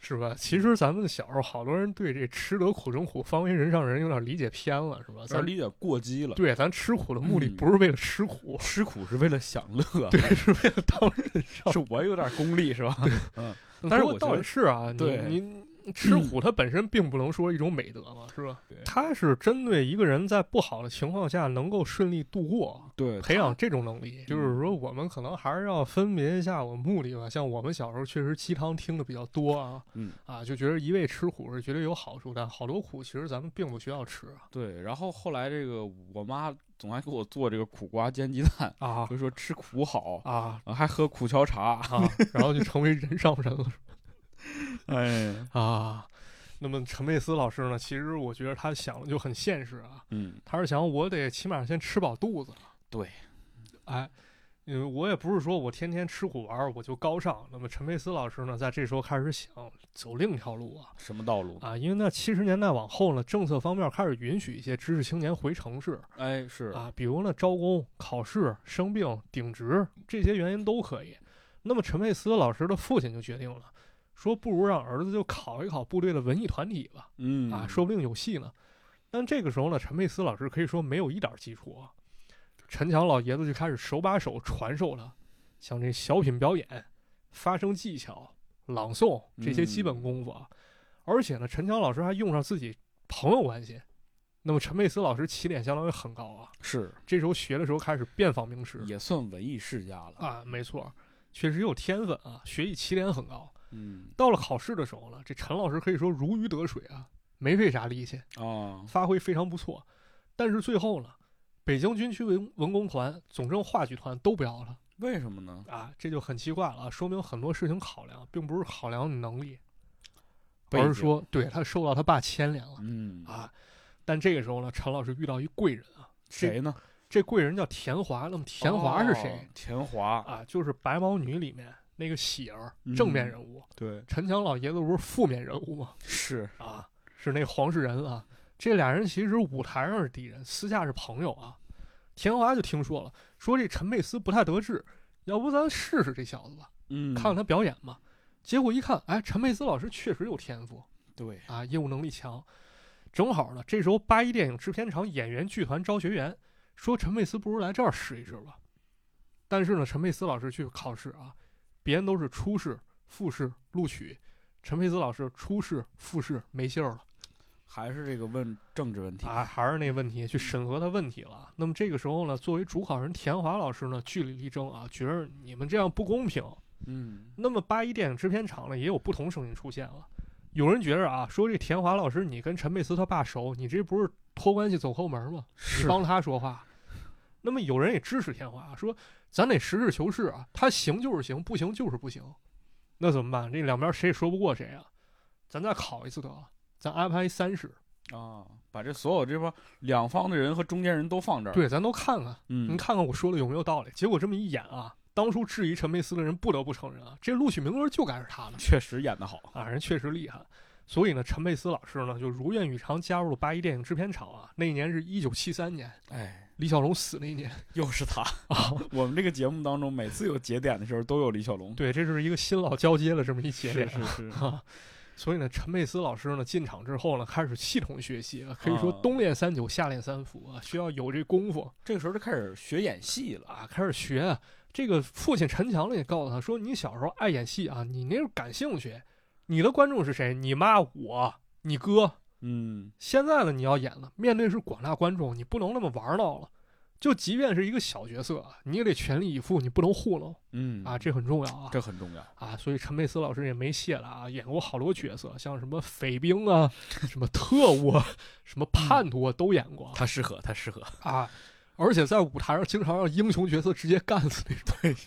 是吧？其实咱们小时候好多人对这“吃得苦中苦，方为人上人”有点理解偏了，是吧？有咱点理解过激了。对咱吃苦的目的嗯不是为了吃苦，吃苦是为了享乐，啊对，是为 了当是我有点功利是吧？嗯但但是是我觉我倒得也是啊，你对嗯你吃苦它本身并不能说一种美德嘛，是吧对？它是针对一个人在不好的情况下能够顺利度过，对，嗯培养这种能力。就是说，我们可能还是要分别一下我们目的吧。像我们小时候确实鸡汤听的比较多啊，嗯啊，就觉得一味吃苦是绝对有好处，但好多苦其实咱们并不需要吃对。然后后来这个我妈总爱给我做这个苦瓜煎鸡蛋，啊就说吃苦好，啊啊还喝苦荞茶，啊，然后就成为人上人了。哎，啊。那么陈佩斯老师呢？其实我觉得他想的就很现实啊， 嗯，他是想我得起码先吃饱肚子。啊对，哎，因为我也不是说我天天吃苦玩儿我就高尚。那么陈佩斯老师呢，在这时候开始想走另一条路啊什么道路？啊，因为那七十年代往后呢，政策方面开始允许一些知识青年回城市哎，是，啊，比如呢招工、考试、生病、顶职这些原因都可以。那么陈佩斯老师的父亲就决定了，说不如让儿子就考一考部队的文艺团体吧。嗯啊，说不定有戏呢。但这个时候呢，陈佩斯老师可以说没有一点儿基础啊。陈强老爷子就开始手把手传授了，像这小品表演、发声技巧、朗诵这些基嗯本功夫啊。而且呢，陈强老师还用上自己朋友关系。那么陈佩斯老师起点相当于很高啊，是这时候学的时候开始遍访名师也算文艺世家了，啊，没错，确实有天分啊，学艺起点很高。嗯到了考试的时候了，这陈老师可以说如鱼得水啊，没费啥力气。啊，发挥非常不错，但是最后呢，北京军区文文工团、总政话剧团都不要了为什么呢？啊，这就很奇怪了，说明很多事情考量并不是考量你能力，背而景是说对他受到他爸牵连了嗯，啊。但这个时候呢，陈老师遇到一贵人啊，谁呢？这贵人叫田华。那么田华是谁哦？田华，啊？就是《白毛女》里面那个喜儿，正面嗯人物。对，陈强老爷子不是负面人物吗？是，啊，是那黄世仁啊。这俩人其实舞台上是敌人，私下是朋友啊。田华就听说了，说这陈佩斯不太得志，要不咱试试这小子吧，嗯，看看他表演嘛。结果一看，哎，陈佩斯老师确实有天赋对，啊，业务能力强。正好呢，这时候八一电影制片厂演员剧团招学员，说陈佩斯不如来这儿试一试吧。但是呢，陈佩斯老师去考试啊，别人都是初试、复试录取，陈佩斯老师初试、复试没信儿了。还是这个问政治问题，啊，还是那问题，去审核他问题了。那么这个时候呢，作为主考人田华老师呢，据理力争啊，觉得你们这样不公平。嗯，那么八一电影制片厂呢，也有不同声音出现了。有人觉着啊，说这田华老师，你跟陈佩斯他爸熟，你这不是托关系走后门吗？你是，帮他说话。那么有人也支持田华，说咱得实事求是啊，他行就是行，不行就是不行。那怎么办？这两边谁也说不过谁啊，咱再考一次得了，咱安排一三试，啊，把这所有这帮两方的人和中间人都放这儿，，对，咱都看看。您嗯，看看我说的有没有道理？结果这么一演啊，当初质疑陈佩斯的人不得不承认啊，这录取名额就该是他的确实演得好，啊，人确实厉害。所以呢，陈佩斯老师呢就如愿以偿加入了八一电影制片厂啊。那一年是一九七三年，哎，哦李小龙死那一年又是他，啊。我们这个节目当中每次有节点的时候都有李小龙，对，这是一个新老交接的这么一节是点。啊是是， 所以呢，陈佩斯老师呢进场之后呢，开始系统学习啊，可以说啊东练三九，夏练三伏啊，需要有这功夫。 这个时候就开始学演戏了，啊，开始学啊。这个父亲陈强呢也告诉他说：“你小时候爱演戏啊，你那是感兴趣，你的观众是谁？你妈、我、你哥。嗯，现在呢，你要演了，面对是广大观众，你不能那么玩闹了。就即便是一个小角色啊，你也得全力以赴，你不能糊弄嗯啊，这很重要啊这很重要，啊！所以陈佩斯老师也没懈了啊，演过好多角色，像什么匪兵 啊、什么特务、啊、什么叛徒啊，都演过他适合，他适合，啊。而且在舞台上经常让英雄角色直接干死那种。”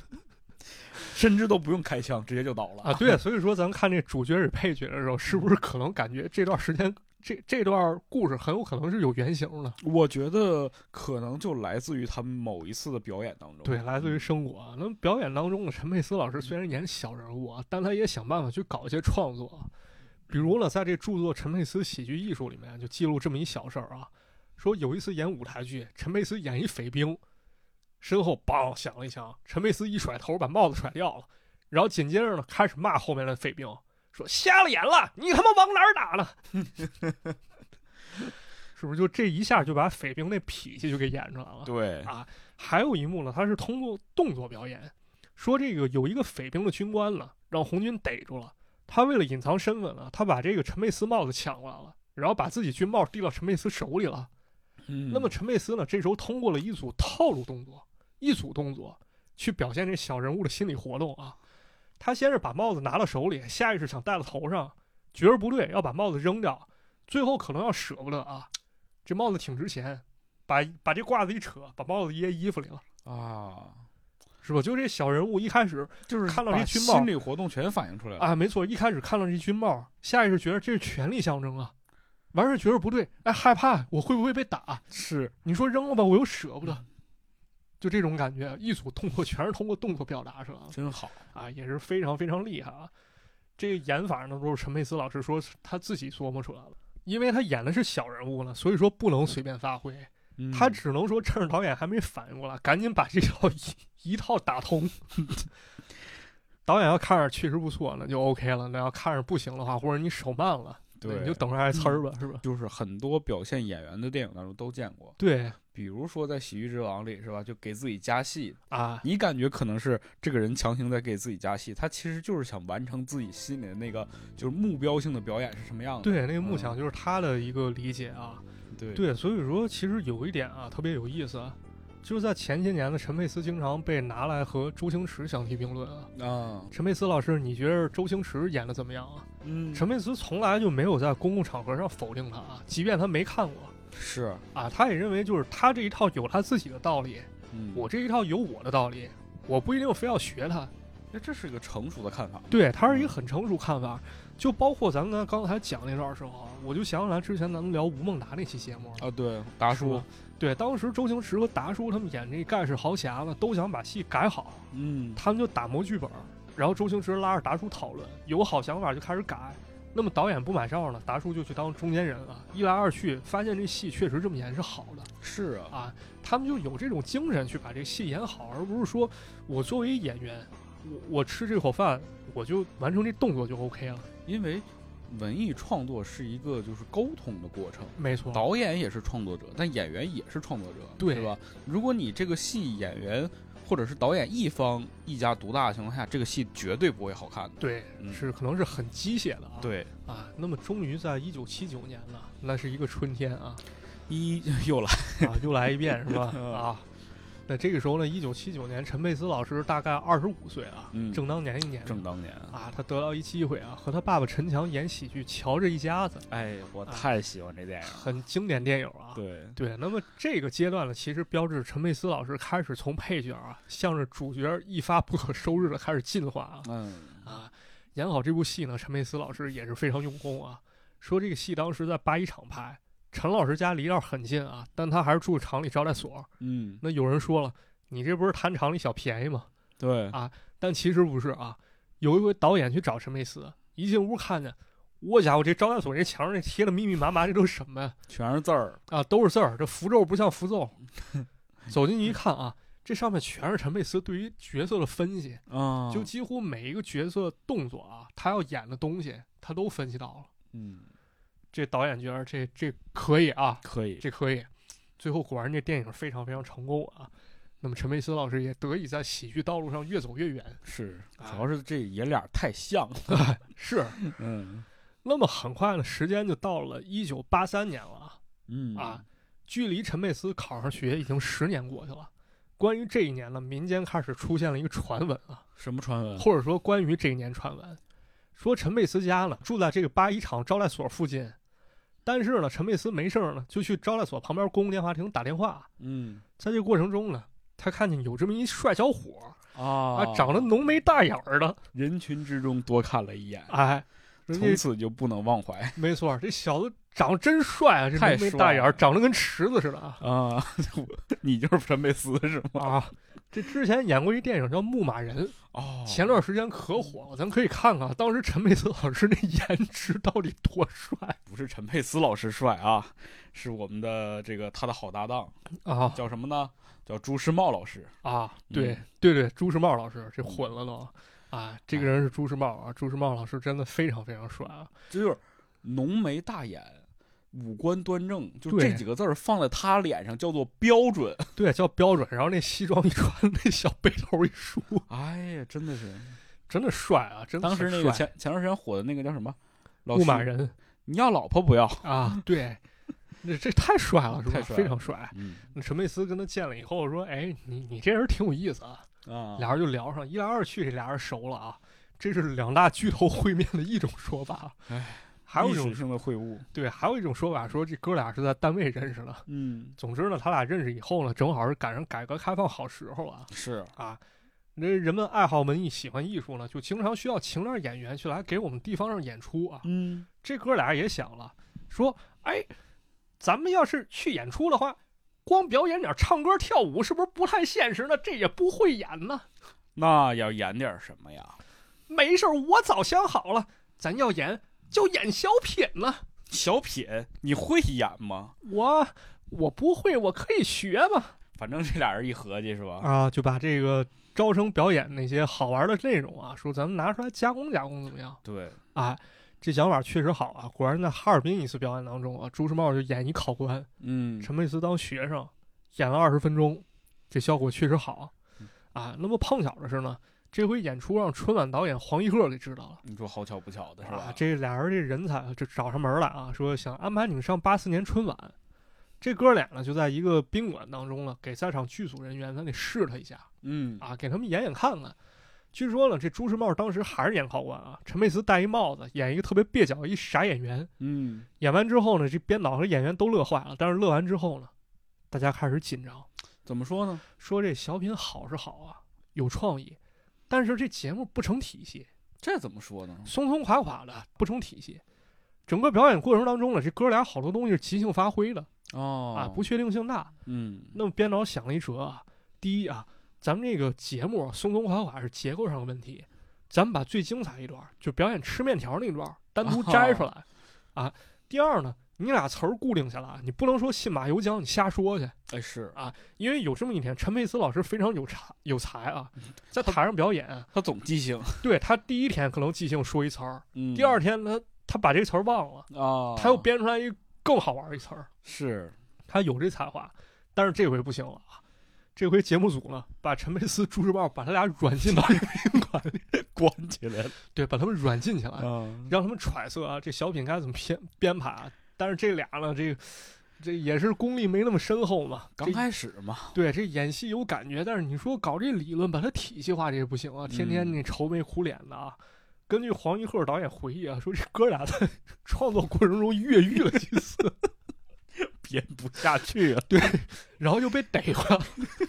甚至都不用开啊枪，直接就倒了 啊，对，所以说咱们看这主角与配角的时候，是不是可能感觉这段时间这这段故事很有可能是有原型的，我觉得可能就来自于他们某一次的表演当中。嗯对，来自于生活。啊那么表演当中的陈佩斯老师虽然演小人物啊，但他也想办法去搞一些创作，啊比如呢，在这著作《陈佩斯喜剧艺术》里面就记录这么一小事儿啊，说有一次演舞台剧，陈佩斯演一匪兵，身后梆响了一枪，陈佩斯一甩头把帽子甩掉了，然后紧接着呢开始骂后面的匪兵，说瞎了眼了，你他妈往哪儿打呢？ 是不是就这一下就把匪兵那脾气就给演出来了？对啊还有一幕呢，他是通过动作表演，说这个有一个匪兵的军官呢，让红军逮住了。他为了隐藏身份呢，他把这个陈佩斯帽子抢过来了，然后把自己军帽递到陈佩斯手里了。嗯那么陈佩斯呢，这时候通过了一组套路动作，一组动作去表现这小人物的心理活动啊。他先是把帽子拿到手里，下意识想戴到头上，觉着不对，要把帽子扔掉，最后可能要舍不得啊，这帽子挺值钱，把把这褂子一扯，把帽子掖衣服里了。啊，是吧？就这小人物一开始就是看到把这军帽心理活动全反映出来了。啊，没错，一开始看到这军帽，下意识觉得这是权力象征啊，完事儿觉得不对，哎，害怕我会不会被打？是，你说扔了吧，我又舍不得，就这种感觉。一组动作全是通过动作表达出来的真好。啊，也是非常非常厉害啊。这个演法呢，都是陈佩斯老师说他自己琢磨出来了，因为他演的是小人物呢，所以说不能随便发挥，嗯他只能说趁着导演还没反应过来，赶紧把这套一一套打 通。导演要看着确实不错，那就 OK 了；那要看着不行的话，或者你手慢了，那对嗯你就等着挨呲儿吧，是吧？就是很多表现演员的电影当中都见过，对比如说在《喜剧之王》里是吧，就给自己加戏，啊，你感觉可能是这个人强行在给自己加戏，他其实就是想完成自己心里的那个就是目标性的表演是什么样的。对，那个木想就是他的一个理解啊。嗯对对，所以说其实有一点啊特别有意思，就是在前些年呢，陈佩斯经常被拿来和周星驰相提并论啊。啊，陈佩斯老师，你觉得周星驰演的怎么样啊？嗯，陈佩斯从来就没有在公共场合上否定他啊，即便他没看过。嗯是，啊，他也认为就是他这一套有他自己的道理，嗯，我这一套有我的道理，我不一定非要学他。哎这是一个成熟的看法。对，他是一个很成熟看法。就包括咱们刚才讲那段时候啊，我就想起来之前咱们聊吴孟达那期节目，啊，对，达是吧叔，对，当时周星驰和达叔他们演这盖世豪侠呢，都想把戏改好，嗯，他们就打磨剧本，然后周星驰拉着达叔讨论，有好想法就开始改。那么导演不买账了，达叔就去当中间人了。一来二去，发现这戏确实这么演是好的。是啊，啊，他们就有这种精神去把这戏演好，而不是说我作为演员，我我吃这口饭，我就完成这动作就 OK 了。因为文艺创作是一个就是沟通的过程。没错，导演也是创作者，但演员也是创作者，对是吧？如果你这个戏演员或者是导演一方一家独大的情况下，这个戏绝对不会好看的。对，嗯是可能是很机械的啊。对，啊，那么终于在一九七九年呢，那是一个春天 啊，一又来，？啊，又来一遍是吧 嗯啊，那这个时候呢，一九七九年，陈佩斯老师大概二十五岁啊，嗯正当年一年正当年啊，啊，他得到一机会啊，和他爸爸陈强演喜剧《乔治一家子哎，我啊太喜欢这电》，影了。嗯很经典电影啊。对，对，那么这个阶段呢，其实标志着陈佩斯老师开始从配角啊，向着主角一发不可收拾的开始进化啊嗯，啊！演好这部戏呢，陈佩斯老师也是非常用功啊。说这个戏当时在八一厂拍，陈老师家离那儿很近啊，但他还是住厂里招待所。嗯，那有人说了，你这不是贪厂里小便宜吗？对啊但其实不是啊。有一回导演去找陈佩斯，一进屋看见，我家伙这招待所这墙上这贴的密密麻麻，这都是什么呀？全是字儿，啊，都是字儿，这符咒不像符咒。 走进去一看啊，这上面全是陈佩斯对于角色的分析，啊，就几乎每一个角色动作啊，他要演的东西，他都分析到了。嗯，这导演觉得这这可以啊，可以，这可以。最后果然这电影非常非常成功啊。那么陈佩斯老师也得以在喜剧道路上越走越远。是，主啊要是这爷俩太像了，是，嗯那么很快呢，时间就到了一九八三年了啊。嗯啊，距离陈佩斯考上学已经十年过去了。关于这一年呢，民间开始出现了一个传闻啊，什么传闻？或者说关于这一年传闻，说陈佩斯家呢住在这个八一厂招待所附近，但是呢，陈佩斯没事儿呢，就去招待所旁边公共电话亭打电话。嗯在这个过程中呢，他看见有这么一帅小伙儿啊啊，长得浓眉大眼儿的，人群之中多看了一眼，哎，人从家此就不能忘怀没错儿，这小子长得真帅啊，这太浓眉帅大眼儿，了长得跟池子似的啊啊！ 你就是陈佩斯是吗？啊！这之前演过一电影叫《牧马人》，哦前段时间可火了，咱可以看看当时陈佩斯老师那颜值到底多 帅不是陈佩斯老师帅啊，是我们的这个他的好搭档啊叫什么呢？叫朱时茂老师。啊！嗯哎对、对对，朱时茂老师，这混了都啊！这个人是朱时茂啊，朱时茂老师真的非常非常帅 啊！这就是浓眉大眼，五官端正，就对这几个字儿放在他脸上叫做标准。对，叫标准，然后那西装一穿，那小背头一梳， 哎呀，真的是，真的帅啊！真的当很时那个帅前前段时间火的那个叫什么？老牧马徐， 人你要老婆不要？啊，对，那这太帅了，是吧？太帅了非常帅。嗯那陈佩斯跟他见了以后说：“哎，你你这人挺有意思啊。”啊，俩人就聊上，一来二去，这俩人熟了啊。这是两大巨头会面的一种说法。啊哎，还有一历种史性的会 晤。对，还有一种说法说这哥俩是在单位认识的。嗯，总之呢，他俩认识以后呢，正好是赶上改革开放好时候啊是啊！那人们爱好文艺、喜欢艺术呢，就经常需要请点演员去来给我们地方上演出啊。嗯，这哥俩也想了，说哎，咱们要是去演出的话，光表演点唱歌跳舞是不是不太现实呢？这也不会演呢。那要演点什么呀？没事儿，我早想好了，咱要演就演小品了。小品，你会演吗？我我不会，我可以学嘛。反正这俩人一合计是吧？啊，就把这个招生表演那些好玩的内容啊，说咱们拿出来加工加工怎么样？对，啊，这想法确实好啊。果然在哈尔滨一次表演当中啊，朱时茂就演一考官，嗯，陈佩斯当学生，演了二十分钟，这效果确实好嗯。啊，那么碰巧的是呢，这回演出让春晚导演黄一鹤给知道了。你说好巧不巧的是啊吧？，这俩人这人才就找上门来啊，说想安排你们上八四年春晚。这哥俩呢，就在一个宾馆当中呢，给在场剧组人员咱得试他一下嗯啊，给他们演演看看。据说呢，这朱时茂当时还是演考官啊，陈佩斯戴一帽子，演一个特别蹩脚一傻演员。嗯，演完之后呢，这编导和演员都乐坏了，但是乐完之后呢，大家开始紧张，怎么说呢？说这小品好是好啊，有创意，但是这节目不成体系。这怎么说呢？松松垮垮的，不成体系。整个表演过程当中呢，这哥俩好多东西是即兴发挥的哦啊，不，确定性大。嗯，那么编导想了一辙啊，第一啊，咱们这个节目啊松松垮垮是结构上的问题，咱们把最精彩一段，就表演吃面条那段，单独摘出来、啊。第二呢，你俩词儿固定下来，你不能说信马由缰，你瞎说去，哎是，因为有这么一天，陈佩斯老师非常有才有才啊，在台上表演，他总记性，对他第一天可能即兴说一词儿， 嗯，第二天他他把这个词儿忘了。啊，他又编出来一更好玩一词儿，是，他有这才华，但是这回不行了啊！这回节目组呢，把陈佩斯、朱时茂把他俩软禁到一个宾馆里， 关 起来了，对，把他们软禁起来，嗯，让他们揣测啊，这小品该怎么编编排啊？但是这俩呢，这这也是功力没那么深厚嘛，刚这开始嘛，对这演戏有感觉，但是你说搞这理论把它体系化，这也不行啊，天天嗯你愁眉苦脸的啊。根据黄一鹤导演回忆啊，说这哥 俩在创作过程中越狱了几次，编不下去了，然后又被逮回 来了。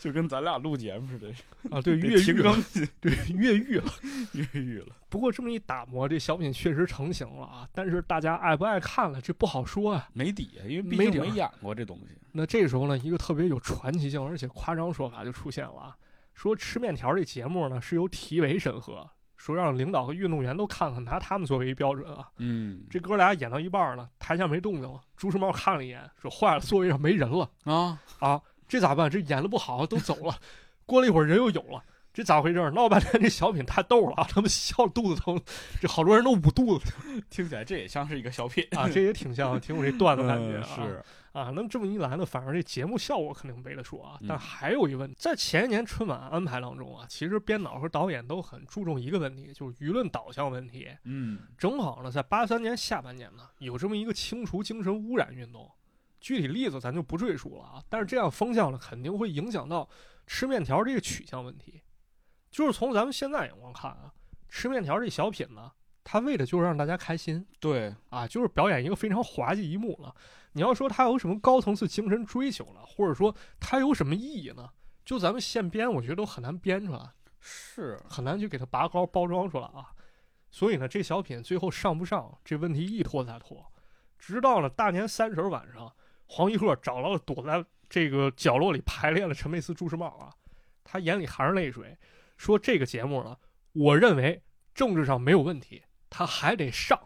就跟咱俩录节目似的，啊，对，得越狱停了更，对，越狱了。 越狱了，不过这么一打磨，这小品确实成型了啊。但是大家爱不爱看了，这不好说啊。没底，因为毕没竟底儿没演过这东西，那这时候呢，一个特别有传奇性而且夸张说法就出现了啊，说吃面条这节目呢是由体委审核，说让领导和运动员都看看，拿他们作为一标准啊。嗯，这哥俩演到一半儿呢，台下没动静了，朱时茂看了一眼，说坏了，座位上没人了。啊，啊，这咋办？这演的不好，都走了。过了一会儿，人又有了，这咋回事儿？闹半天这小品太逗了啊！他们笑肚子疼，这好多人都捂肚子听起来这也像是一个小品，啊，这也挺像，挺有这段子感觉嗯啊。是，啊，那么这么一来呢，反而这节目效果肯定没得说啊。但嗯还有一问题，在前一年春晚安排当中啊，其实编导和导演都很注重一个问题，就是舆论导向问题。嗯，正好呢，在八三年下半年呢，有这么一个清除精神污染运动，具体例子咱就不赘述了啊。但是这样风向呢，肯定会影响到吃面条这个取向问题。就是从咱们现在眼光看啊，吃面条这小品呢，它为的就是让大家开心对，啊，就是表演一个非常滑稽一幕了。你要说它有什么高层次精神追求了，或者说它有什么意义呢？就咱们现编，我觉得都很难编出来。是，很难去给它拔高包装出来啊。所以呢，这小品最后上不上这问题一拖再拖，直到了大年三十晚上，黄一鹤找到了躲在这个角落里排练了陈佩斯、朱时茂啊，他眼里含着泪水，说这个节目呢，我认为政治上没有问题，他还得上，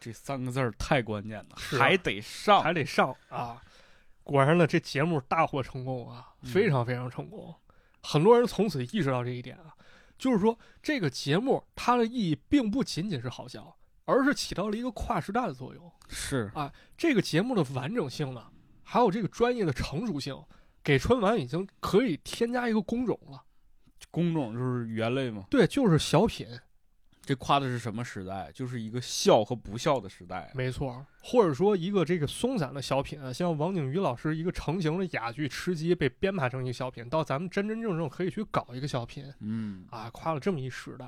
这三个字儿太关键了，是啊还得上。还得上啊。果然呢，这节目大获成功啊，嗯非常非常成功。很多人从此意识到这一点啊，就是说这个节目它的意义并不仅仅是好笑，而是起到了一个跨时代的作用。是这个节目的完整性呢，还有这个专业的成熟性，给春晚已经可以添加一个工种了。工种就是语言类嘛，对，就是小品，这夸的是什么时代？就是一个笑和不笑的时代。没错，或者说一个这个松散的小品啊，像王景瑜老师一个成型的哑剧《吃鸡》被编排成一个小品，到咱们真真正正可以去搞一个小品嗯，啊，夸了这么一时代。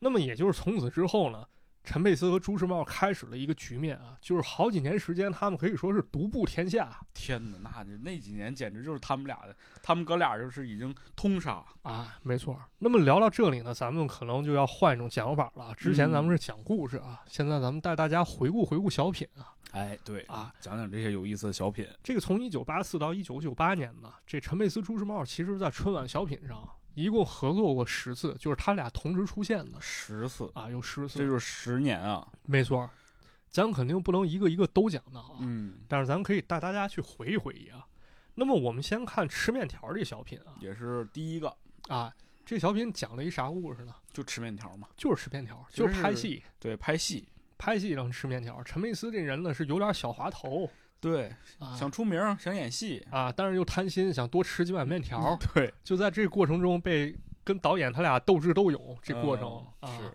那么也就是从此之后呢，陈佩斯和朱时茂开始了一个局面啊，就是好几年时间，他们可以说是独步天下天哪，那就那几年简直就是他们俩的，他们哥俩就是已经通杀。啊，没错。那么聊到这里呢，咱们可能就要换一种讲法了啊。之前咱们是讲故事啊，现在咱们带大家回顾回顾小品啊哎，对，啊。讲讲这些有意思的小品。这个从一九八四到一九九八年呢，这陈佩斯、朱时茂其实在春晚小品上一共合作过十次，就是他俩同时出现的十次，啊，有十这次，就是十年啊。没错儿。咱肯定不能一个一个都讲到啊，嗯，但是咱可以带大家去回忆回忆啊。那么我们先看吃面条儿这小品啊也是第一个啊，这小品讲了一啥故事呢？就吃面条嘛，就是吃面条儿，其实就是拍是戏，对，拍戏，拍戏然后吃面条儿。陈佩斯这人呢是有点小滑头对，啊想出名儿，想演戏，啊，但是又贪心，想多吃几碗面条嗯儿。对，就在这个过程中被跟导演他俩斗智斗勇，这过程、嗯啊是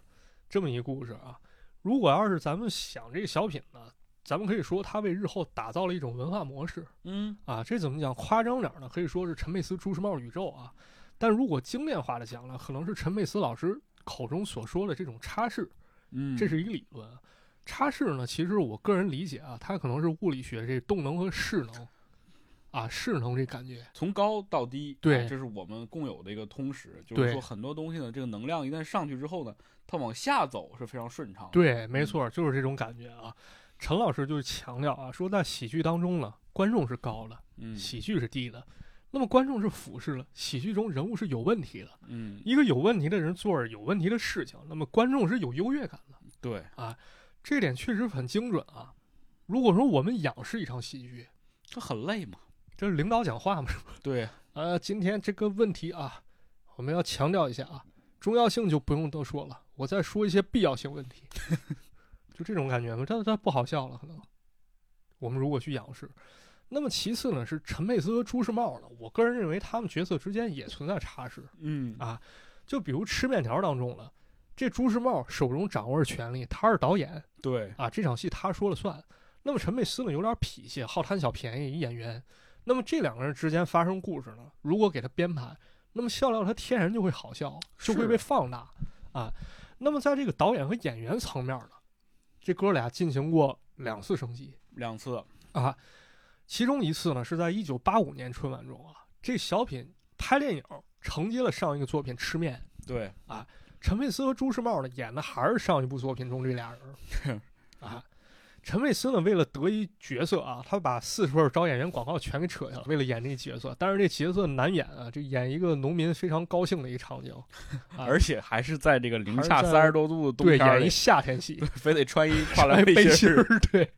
这么一故事啊。如果要是咱们想这个小品呢，咱们可以说它为日后打造了一种文化模式嗯，啊。这怎么讲？夸张点儿呢，可以说是陈佩斯、朱时茂宇宙啊。但如果精炼化的讲呢，可能是陈佩斯老师口中所说的这种插式，嗯，这是一个理论。插式呢，其实我个人理解啊，它可能是物理学这动能和势能啊，势能这感觉。从高到低，对啊这是我们共有的一个通识，就对是说很多东西呢，这个能量一旦上去之后呢，它往下走是非常顺畅的。，对，没错，就是这种感觉啊。陈老师就是强调啊，说在喜剧当中呢，观众是高的，嗯喜剧是低的。那么观众是俯视了，喜剧中人物是有问题的。嗯，一个有问题的人做着有问题的事情，那么观众是有优越感的。对，这点确实很精准啊。如果说我们仰视一场喜剧，这很累嘛。这是领导讲话嘛？对，呃，今天这个问题啊，我们要强调一下啊，重要性就不用多说了，我再说一些必要性问题，就这种感觉嘛，这这不好笑了，可能。我们如果去仰视，那么其次呢是陈佩斯和朱时茂呢，我个人认为他们角色之间也存在差池，嗯啊就比如吃面条当中了，这朱时茂手中掌握着权力，他是导演对，啊，这场戏他说了算。那么陈佩斯呢，有点脾气，好贪小便宜，一演员。那么这两个人之间发生故事呢，如果给他编排，那么笑料他天然就会好笑，是就会被放大啊。那么在这个导演和演员层面呢，这哥俩进行过两次升级两次，啊，其中一次呢是在一九八五年春晚中啊，这小品拍电影承接了上一个作品《吃面》，对，陈佩斯和朱时茂呢演的还是上一部作品中这俩人 啊。陈佩斯呢，为了得一角色啊，他把四十份招演员广告全给扯下了，为了演这角色。但是这角色难演啊，就演一个农民非常高兴的一个场景，啊而且还是在这个零还是下在三十多度的冬对，天儿演一里，夏天戏，非得穿 一跨栏背心儿。儿，对。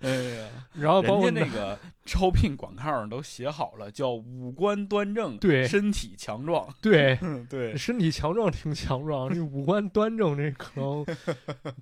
哎 呀，然后包括人家那个招聘广告上都写好了，叫五官端正，对身体强壮。 对嗯，对，身体强壮挺强壮，这五官端正，这 可能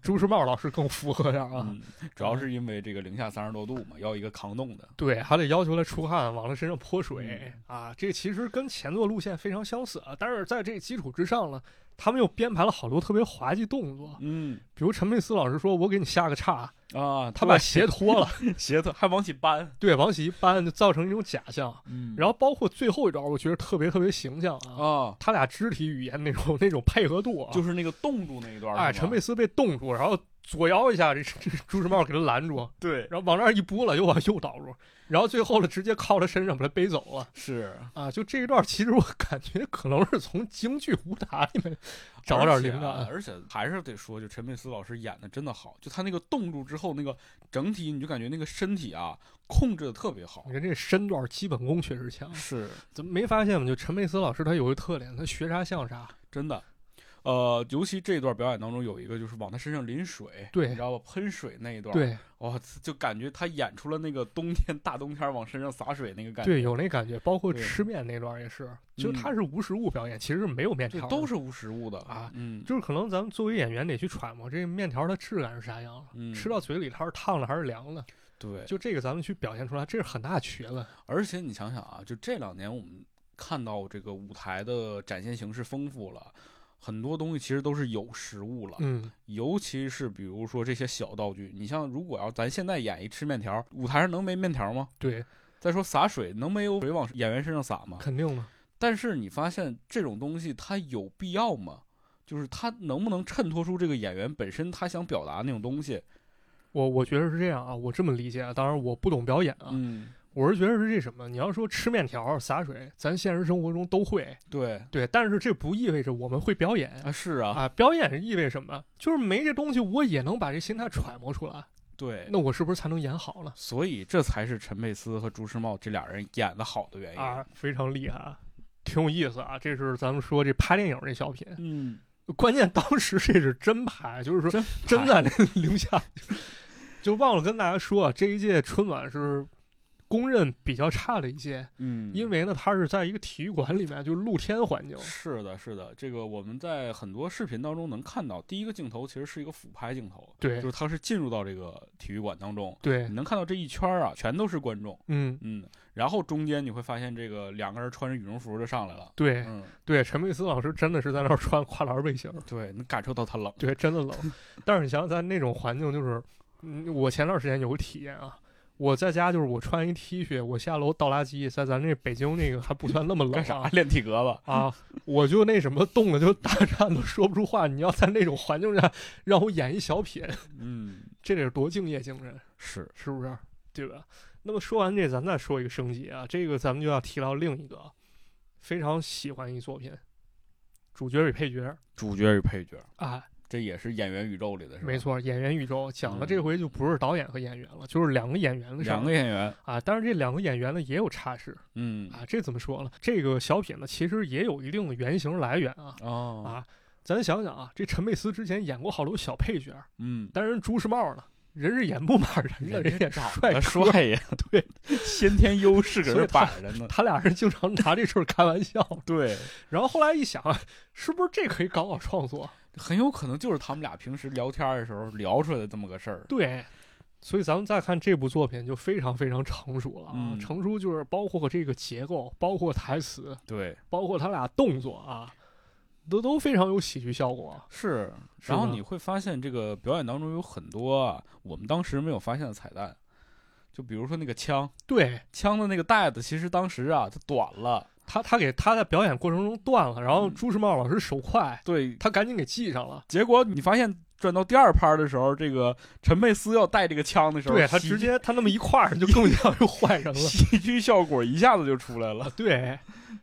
朱时茂老师更符合点儿啊。嗯，主要是因为这个零下三十多度嘛，要一个抗冻的。对，还得要求他出汗，往他身上泼水、嗯啊，这其实跟前作路线非常相似啊。但是在这基础之上呢，他们又编排了好多特别滑稽动作，嗯比如陈佩斯老师说：“我给你下个叉。啊，”他对把鞋脱 了，鞋子还往起搬，对，往起一搬，就造成一种假象。嗯然后包括最后一招，我觉得特别特别形象啊，啊，他俩肢体语言那种那种配合度啊，就是那个冻住那一段儿，哎，是陈吗佩斯被冻住，然后左摇一下，这这朱时茂给他拦住，对，然后往那儿一拨了，又往右倒入，然后最后了直接靠他身上把他背走了是啊！就这一段，其实我感觉可能是从京剧武打里面找点灵感。而且还是得说，就陈佩斯老师演的真的好，就他那个冻住之后，那个整体你就感觉那个身体啊控制的特别好你。看这身段基本功确实强，是，怎么没发现吗？就陈佩斯老师他有一个特点，他学啥像啥。真的。呃，尤其这段表演当中有一个就是往他身上淋水，对你知道吧？喷水那一段，，对哇，就感觉他演出了那个冬天 大冬天往身上洒水那个感觉，对，有那感觉。包括对吃面那段也是，嗯就他是无实物表演，其实是没有面对，条的，都是无实物的啊，嗯，就是可能咱们作为演员得去揣摩这个面条它质感是啥样了，嗯吃到嘴里它是烫的还是凉的，对，就这个咱们去表现出来，这是很大的学问。而且你想想啊，就这两年我们看到这个舞台的展现形式丰富了，很多东西其实都是有实物了，嗯，尤其是比如说这些小道具，你像如果要咱现在演一吃面条，舞台上能没面条吗？对，再说洒水能没有水往演员身上洒吗？肯定嘛。但是你发现这种东西它有必要吗？就是它能不能衬托出这个演员本身他想表达那种东西？我我觉得是这样啊，我这么理解啊，当然我不懂表演啊，嗯，我是觉得是这什么，你要说吃面条、洒水，咱现实生活中都会，对对，但是这不意味着我们会表演啊，是啊，啊，表演是意味着什么？就是没这东西，我也能把这心态揣摩出来，对，那我是不是才能演好了？所以这才是陈佩斯和朱时茂这俩人演的好的原因。啊，非常厉害啊，挺有意思啊。这是咱们说这拍电影这小品，嗯，关键当时这是真拍，就是说真真的在那零下，就忘了跟大家说啊，这一届春晚是公认比较差的一届，嗯，因为呢，它是在一个体育馆里面，就是露天环境。是的，是的，这个我们在很多视频当中能看到，第一个镜头其实是一个俯拍镜头，就对是嗯他是进入到这个体育馆当中，对你，能看到这一圈儿啊，全都是观众，嗯，嗯，然后中间你会发现这个两个人穿着羽绒服就上来了，对嗯，对，陈佩斯老师真的是在那儿穿跨栏背心儿，对，能感受到他冷，对，真的冷。 但是你想想，在那种环境，就是，嗯，我前段时间有个体验啊，我在家就是我穿一 T 恤，我下楼倒垃圾，在咱这北京那个还不算那么冷干啥啊。练体格子？啊，我就那什么冻的就大颤，都说不出话。你要在那种环境下让我演一小品，嗯，这得是多敬业精神， 是，是不是？ 对吧？那么说完这，咱再说一个升级啊，这个咱们就要提到另一个非常喜欢一作品，主角与配角主角与配角，啊，这也是演员宇宙里的，是吧没，错，演员宇宙讲了这嗯回就不是导演和演员了，就是两个演员的事两个儿演员，啊。但是这两个演员呢也有差事嗯，啊，这怎么说呢？这个小品呢其实也有一定的原型来源啊，哦，啊咱想想啊，这陈佩斯之前演过好多小配角，嗯，但人朱时茂呢，人是演不满人的，人家也长帅得哥，帅 呀，对，先天优势搁所这以他摆着呢。他俩人经常拿这事儿开玩笑。对，然后后来一想，是不是这可以搞搞创作？很有可能就是他们俩平时聊天的时候聊出来的这么个事儿。对，所以咱们再看这部作品就非常非常成熟了啊，嗯成熟就是包括这个结构，包括台词，对，包括他俩动作啊，都都非常有喜剧效果。啊是。是然后吧你会发现，这个表演当中有很多啊我们当时没有发现的彩蛋，就比如说那个枪，对枪的那个带子，其实当时啊它短了，他，他给他在表演过程中断了，然后嗯朱时茂老师手快，对。他赶紧给系上了。结果你发现转到第二拍的时候，这个陈佩斯要带这个枪的时候，对他喜直接他那么一跨上，就更 像又换人了。喜剧效果一下子就出来了。对，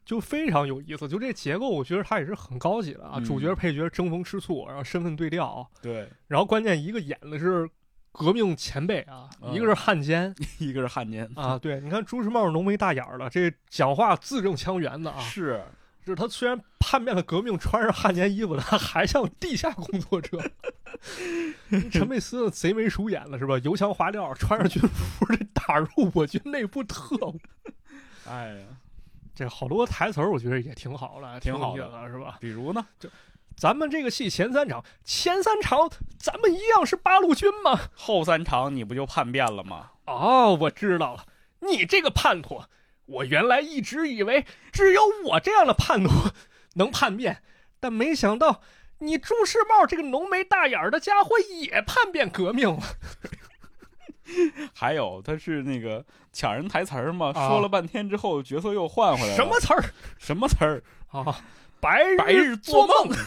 就非常有意思。就这结构，我觉得它也是很高级的啊。嗯主角配角争风吃醋，然后身份对调， 对，然后关键一个演的是革命前辈啊，嗯一个是汉 奸一个是汉奸啊。对，你看朱时茂浓眉大眼儿的，这讲话字正腔圆的啊。是就是他虽然叛变了革命，穿上汉奸衣服了，他还像地下工作者。 陈佩斯贼眉鼠眼了是吧？油腔滑调，穿上军服，这打入我军内部特务。哎呀，这好多台词儿，我觉得也挺好的，挺好的有意思的，是吧？比如呢？咱们这个戏前三场，前三场咱们一样是八路军吗？后三场你不就叛变了 吗？哦，我知道了，你这个叛徒，我原来一直以为只有我这样的叛徒能叛变，但没想到你朱世茂这个浓眉大眼儿的家伙也叛变革命了。还有他是那个抢人台词儿嘛，啊说了半天之后角色又换回来了，什么词儿什么词儿？哦啊？白白日做做梦。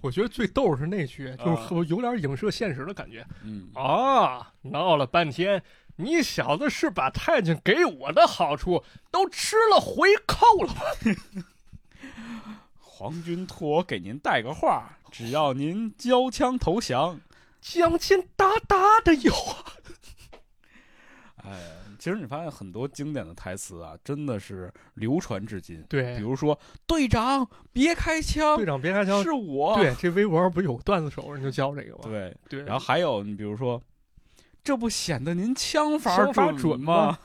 我觉得最逗是那句，就是啊有点影射现实的感觉。嗯，啊，闹了半天，你小子是把太监给我的好处都吃了回扣了吧？皇军托我给您带个话，只要您交枪投降。将军哒哒的有啊，哎，其实你发现很多经典的台词啊，真的是流传至今。比对，如说，队长别开枪队，长别开枪。是我。对，这微博上不是有段子手人就教这个吗？对，对，然后还有你比如说，这不显得您枪法枪法准准吗吗？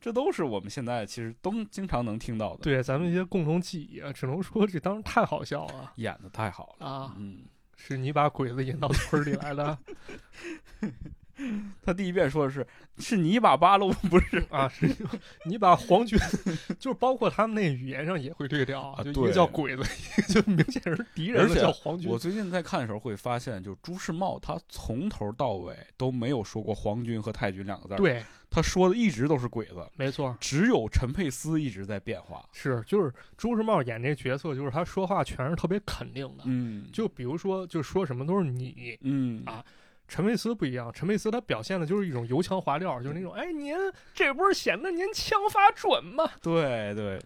这都是我们现在其实都经常能听到的。，对咱们一些共同记忆啊，只能说这当时太好笑了演的太好了。啊！嗯，是你把鬼子引到村里 来的他第一遍说的是是你把八路不是啊，是你把皇军，就是包括他们那语言上也会对调啊就一对个叫鬼子，一个就明显是敌而人了，且叫皇军我。最近在看的时候会发现，就朱世茂他从头到尾都没有说过皇军和太军两个字儿，对，他说的一直都是鬼子，没错，只有陈佩斯一直在变化。是就是朱时茂演这角色，就是他说话全是特别肯定的，嗯，就比如说就说什么都是你。嗯啊陈佩斯不一样，陈佩斯他表现的就是一种油腔滑调，就是那种哎您这不是显得您枪法准吗？对对，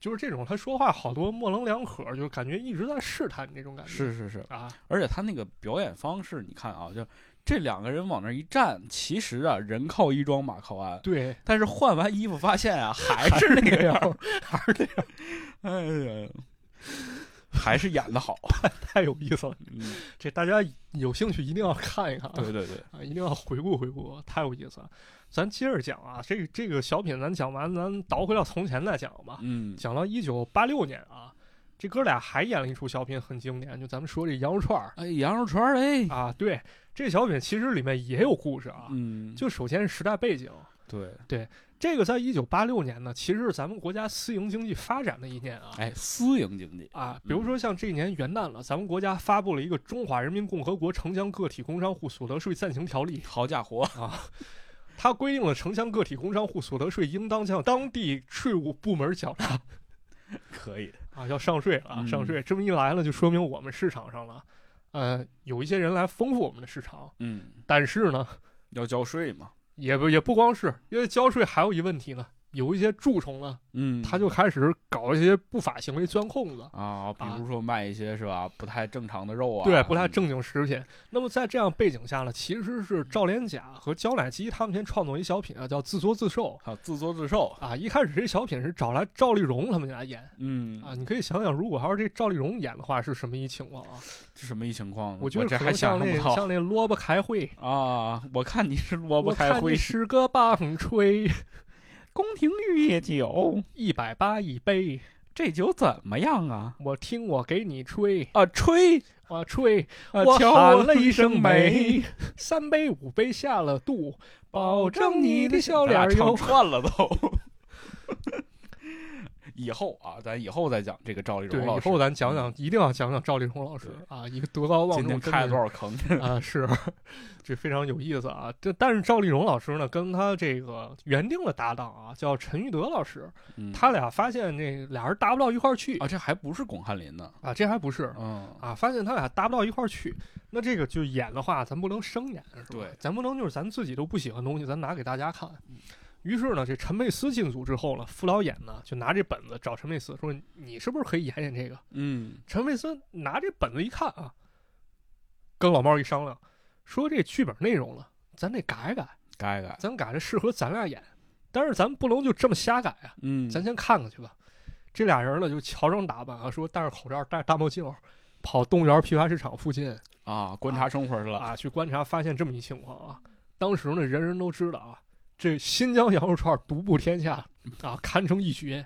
就是这种他说话好多模棱两可，就是感觉一直在试探你这种感觉。是是是，啊，而且他那个表演方式，你看啊，就这两个人往那儿一站，其实啊，人靠衣装，马靠鞍，对，但是换完衣服发现 啊，还是那个样儿，还是那样， 哎呀，还是演的好。 太有意思 了。嗯，这大家有兴趣一定要看一看啊。对对对，啊，一定要回顾回顾，太有意思了。咱接着讲啊，这这个小品咱讲完，咱倒回到从前再讲吧。嗯，讲到一九八六年啊，这哥俩还演了一出小品，很经典，就咱们说这羊肉串儿哎，羊肉串儿，哎，啊。对，这小品其实里面也有故事啊。嗯，就首先是时代背景，对，这个在一九八六年呢，其实是咱们国家私营经济发展的一年啊。哎，嗯私营经济，啊，比如说像这一年元旦了，咱们国家发布了一个《中华人民共和国城乡个体工商户所得税暂行条例》，好家伙，它规定了城乡个体工商户所得税应当向当地税务部门缴 纳可以，啊，要上税了啊，嗯上税。这么一来了，就说明我们市场上了，呃，有一些人来丰富我们的市场，嗯，但是呢，要交税嘛，也不也不光是因为交税，还有一问题呢，有一些蛀虫呢，嗯，他就开始搞一些不法行为钻空子。啊，比啊如说卖一些是吧，不太正常的肉啊，对，不太正经食品。那么在这样背景下呢，其实是赵连甲和焦乃基他们先创作一小品啊，叫《自作自受嗯，还有自作自受，》啊。一开始这小品是找来赵丽蓉他们俩演，嗯啊，，你可以想想，如果要是这赵丽蓉演的话，是什么一情况啊？这什么一情况呢？我觉得嗯这可还能像想象那不到。像那萝卜开会，啊，我看你是萝卜我开看会你，是个棒槌，宫廷玉液酒，一百八一杯，这酒怎么样啊？我听我给你吹，啊，吹，我吹，啊、我瞧喊我了一声美，美，三杯五杯下了肚，保保证证你你的的笑笑脸脸儿哟又。串了都。 以后啊，咱以后再讲这个赵丽对，蓉老以师。后咱讲讲，一定要讲讲赵丽蓉老师啊，一个德高望今天重，开了多少少 坑？啊？是， 这非常有意思啊。这但是赵丽蓉老师呢，跟她这个原定的搭档啊，叫陈玉德老师，嗯他俩发现这俩人搭不到一块儿去啊，这还不是巩汉林呢。啊，这还不是嗯，啊，发现他俩搭不到一块儿去，那这个就演的话，咱不能生演，是吧？对，咱不能就是咱自己都不喜欢的东西，咱拿给大家看。于是呢，这陈佩斯进组之后呢，副导演呢就拿这本子找陈佩斯说：“你是不是可以演演这个嗯，？”陈佩斯拿这本子一看啊，跟老猫一商量，说这剧本内容了，咱得改改，改改。咱改这适合咱俩演，但是咱不能就这么瞎改啊。嗯，咱先看看去吧。这俩人呢，就乔装打扮啊，说戴着口罩，戴着大墨镜，跑动物园批发市场附近啊，观察生活去了。啊，去观察，发现这么一情况啊。当时呢，人人都知道啊，这新疆羊肉串独步 天下啊，堪称一绝。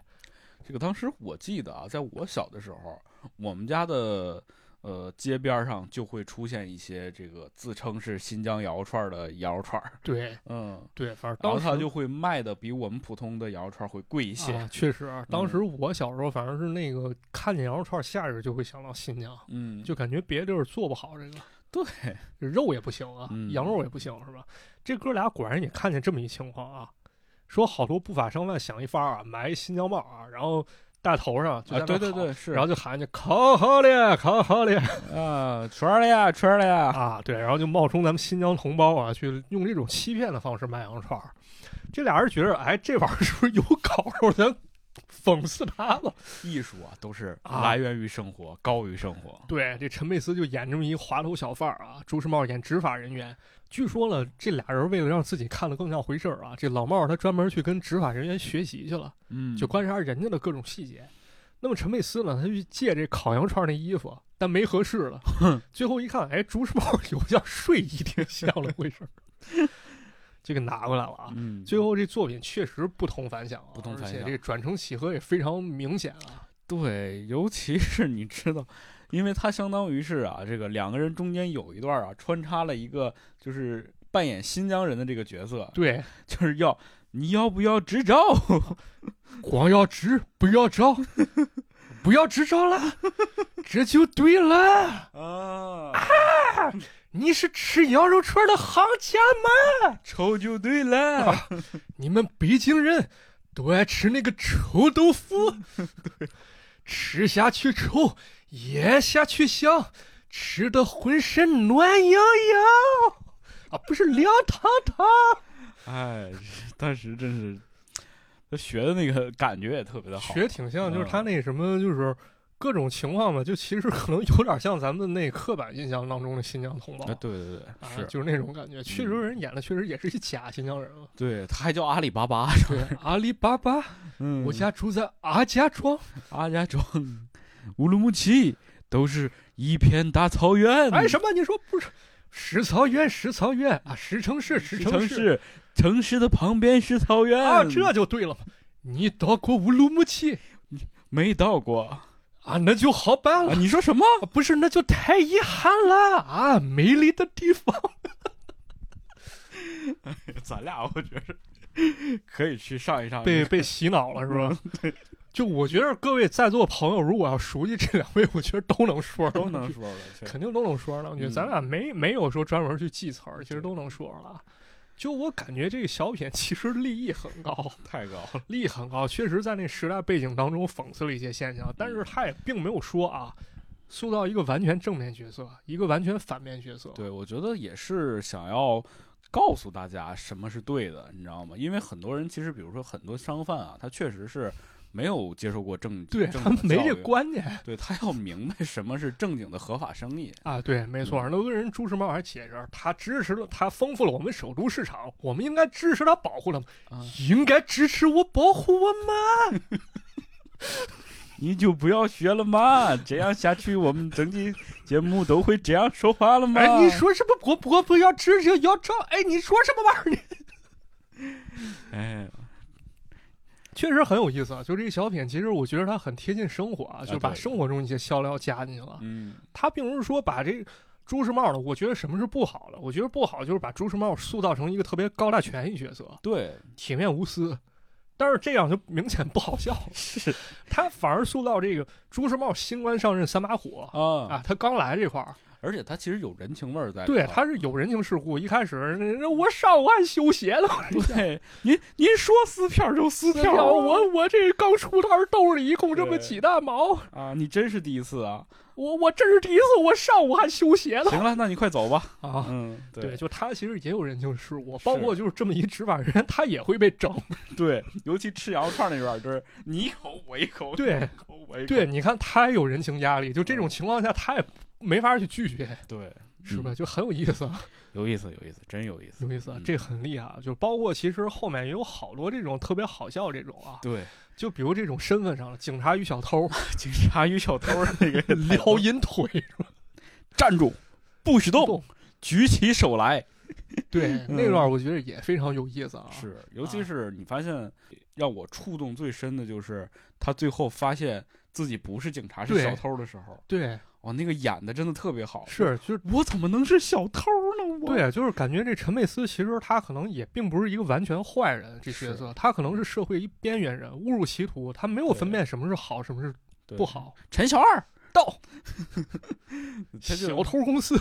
这个当时我记得啊，在我小的时候，我们家的呃街边儿上就会出现一些这个自称是新疆羊肉串儿的羊肉串儿，对嗯，对，反正然后当时它就会卖的比我们普通的羊肉串儿会贵一些，嗯啊，确实啊，当时我小时候反正是那个看见羊肉串，下意识就会想到新疆，嗯，就感觉别的地儿做不好这个。对，肉也不行啊，嗯羊肉也不行是吧？这哥俩果然也看见这么一情况啊，说好多不法商贩想一法儿啊，买一新疆帽啊，然后大头上，就在啊，对那对烤，对，是然后就喊去烤好了，烤好了啊，圈儿了呀，圈儿了呀，啊，对，然后就冒充咱们新疆同胞啊，去用这种欺骗的方式卖羊肉串儿。这俩人觉着，哎，这玩意儿是不是有搞头？咱讽刺他吧。艺术啊，都是啊来源于生活，高于生活。对，这陈佩斯就演这么一滑头小贩儿啊，朱时茂演执法人员。据说了，这俩人为了让自己看得更像回事儿啊，这老帽儿他专门去跟执法人员学习去了，嗯，就观察人家的各种细节。那么陈佩斯呢，他去借这烤羊串儿那衣服，但没合 适了。最后一看，哎，朱时茂 有件睡衣挺像了回事儿，就给拿过来了啊。嗯，最后这作品确实不同凡响、啊，不同而凡且响这个转成契合也非常明显啊。对，尤其是你知道，因为他相当于是啊，这个两个人中间有一段啊，穿插了一个就是扮演新疆人的这个角色，对，就是要你要不要执照？光要直，不要招，不要执照了，这就对了。啊，你是吃羊肉串的行家吗？抽就对了。你们北京人都爱吃那个臭豆腐，吃下去臭，咽下去香，吃的浑身暖洋洋。啊，不是凉堂堂。哎，当时真是，他学的那个感觉也特别的好。学挺像，就是嗯他那什么，就是各种情况吧，就其实可能有点像咱们那刻板印象当中的新疆同胞啊，，对对对，啊是，就是那种感觉。确实，人演的确实也是一假新疆人嘛。对，他还叫阿里巴巴。 对，阿里巴 巴，嗯我家住在阿家庄。阿家庄、乌鲁木齐都是一片大草原。哎，什么？你说不是？石草原，石草原啊，石城市，石是城城市，城市的旁边是草原啊，这就对了嘛。你到过乌鲁木齐没到 过啊，那就好办啊了。？你说什么？啊不是，那就太遗憾了啊！美丽的地方，咱俩我觉着可以去上一上被被洗脑了是吧？就我觉得各位在座朋友，如果要熟悉这两位，我觉得都能 说，都能，说了。 确实肯定都能说了。我觉得咱俩没没有说专门去记词儿，其实嗯对都能说了。就我感觉这个小品其实立意很 高，太高了。立意很高，确实在那时代背景当中讽刺了一些现嗯象，但是他也并没有说啊，塑造一个完全正面角色，一个完全反面角色。对，我觉得也是想要告诉大家什么是对的，你知道吗？因为很多人其实，比如说很多商贩啊，他确实是没有接受过正对，正他统的没教这育嗯观念对他要明白什么是正经的合法生意。啊，对，没错。嗯那个人朱时茂还写着，他支持了，他丰富了我们首都市场，我们应该支持他，保护他们，啊应该支持我，保护我们。你就不要学了嘛！这样下去，我们整体节目都会这样说话了嘛？哎，你，说什么？我我不要支持，要照。哎，你说什么玩意儿？你 哎，确实很有意思啊。就这个小品，其实我觉得它很贴近生活啊，就把对生活中一些笑料加进去了。嗯，他并不是说把这朱时茂的，我觉得什么是不好的？我觉得不好就是把朱时茂塑造成一个特别高大全一角色，对，铁面无私。但是这样就明显不好笑了，是他反而塑造这个朱时茂新官上任三把火啊，哎啊，他刚来这块儿，而且他其实有人情味儿在里头。对，他是有人情世故。一开始那我上岸修鞋了，对您，您说撕票就 撕票，票，哎啊我我这刚出摊儿兜里一共这么对几大毛，啊，你真是第一次啊！我我这是第一次，我上午还修鞋了行了，那你快走 吧。啊。嗯，对，对就他其实也有人情世故，包括就是这么一执法人，他也会被整。对，尤其吃羊肉串那段儿，就是你一口我一口，对你一口我一口，对，你看他也有人情压力，就这嗯种情况下他也没法去拒绝，对，是吧？嗯？就很有意思，啊有意思，有意思，真有意思，有意思啊嗯，这很厉害。就包括其实后面也有好多这种特别好笑这种啊，对，就比如这种身份上的警察与小偷 警察与小偷儿 那个撩阴腿站住，不许动，动，举起手来。对嗯那段我觉得也非常有意思啊。是，尤其啊是你发现让我触动最深的就是他最后发现自己不是警察是对小偷的时候，对，哦，那个演的真的特别好。是就是我怎么能是小偷呢？我，对，啊就是感觉这陈佩斯其实他可能也并不是一个完全坏人，这角是色他可能是社会一边缘人，误入歧途，他没有分对辨什么是好，什么是对不。好。陈小二到 他就小偷公司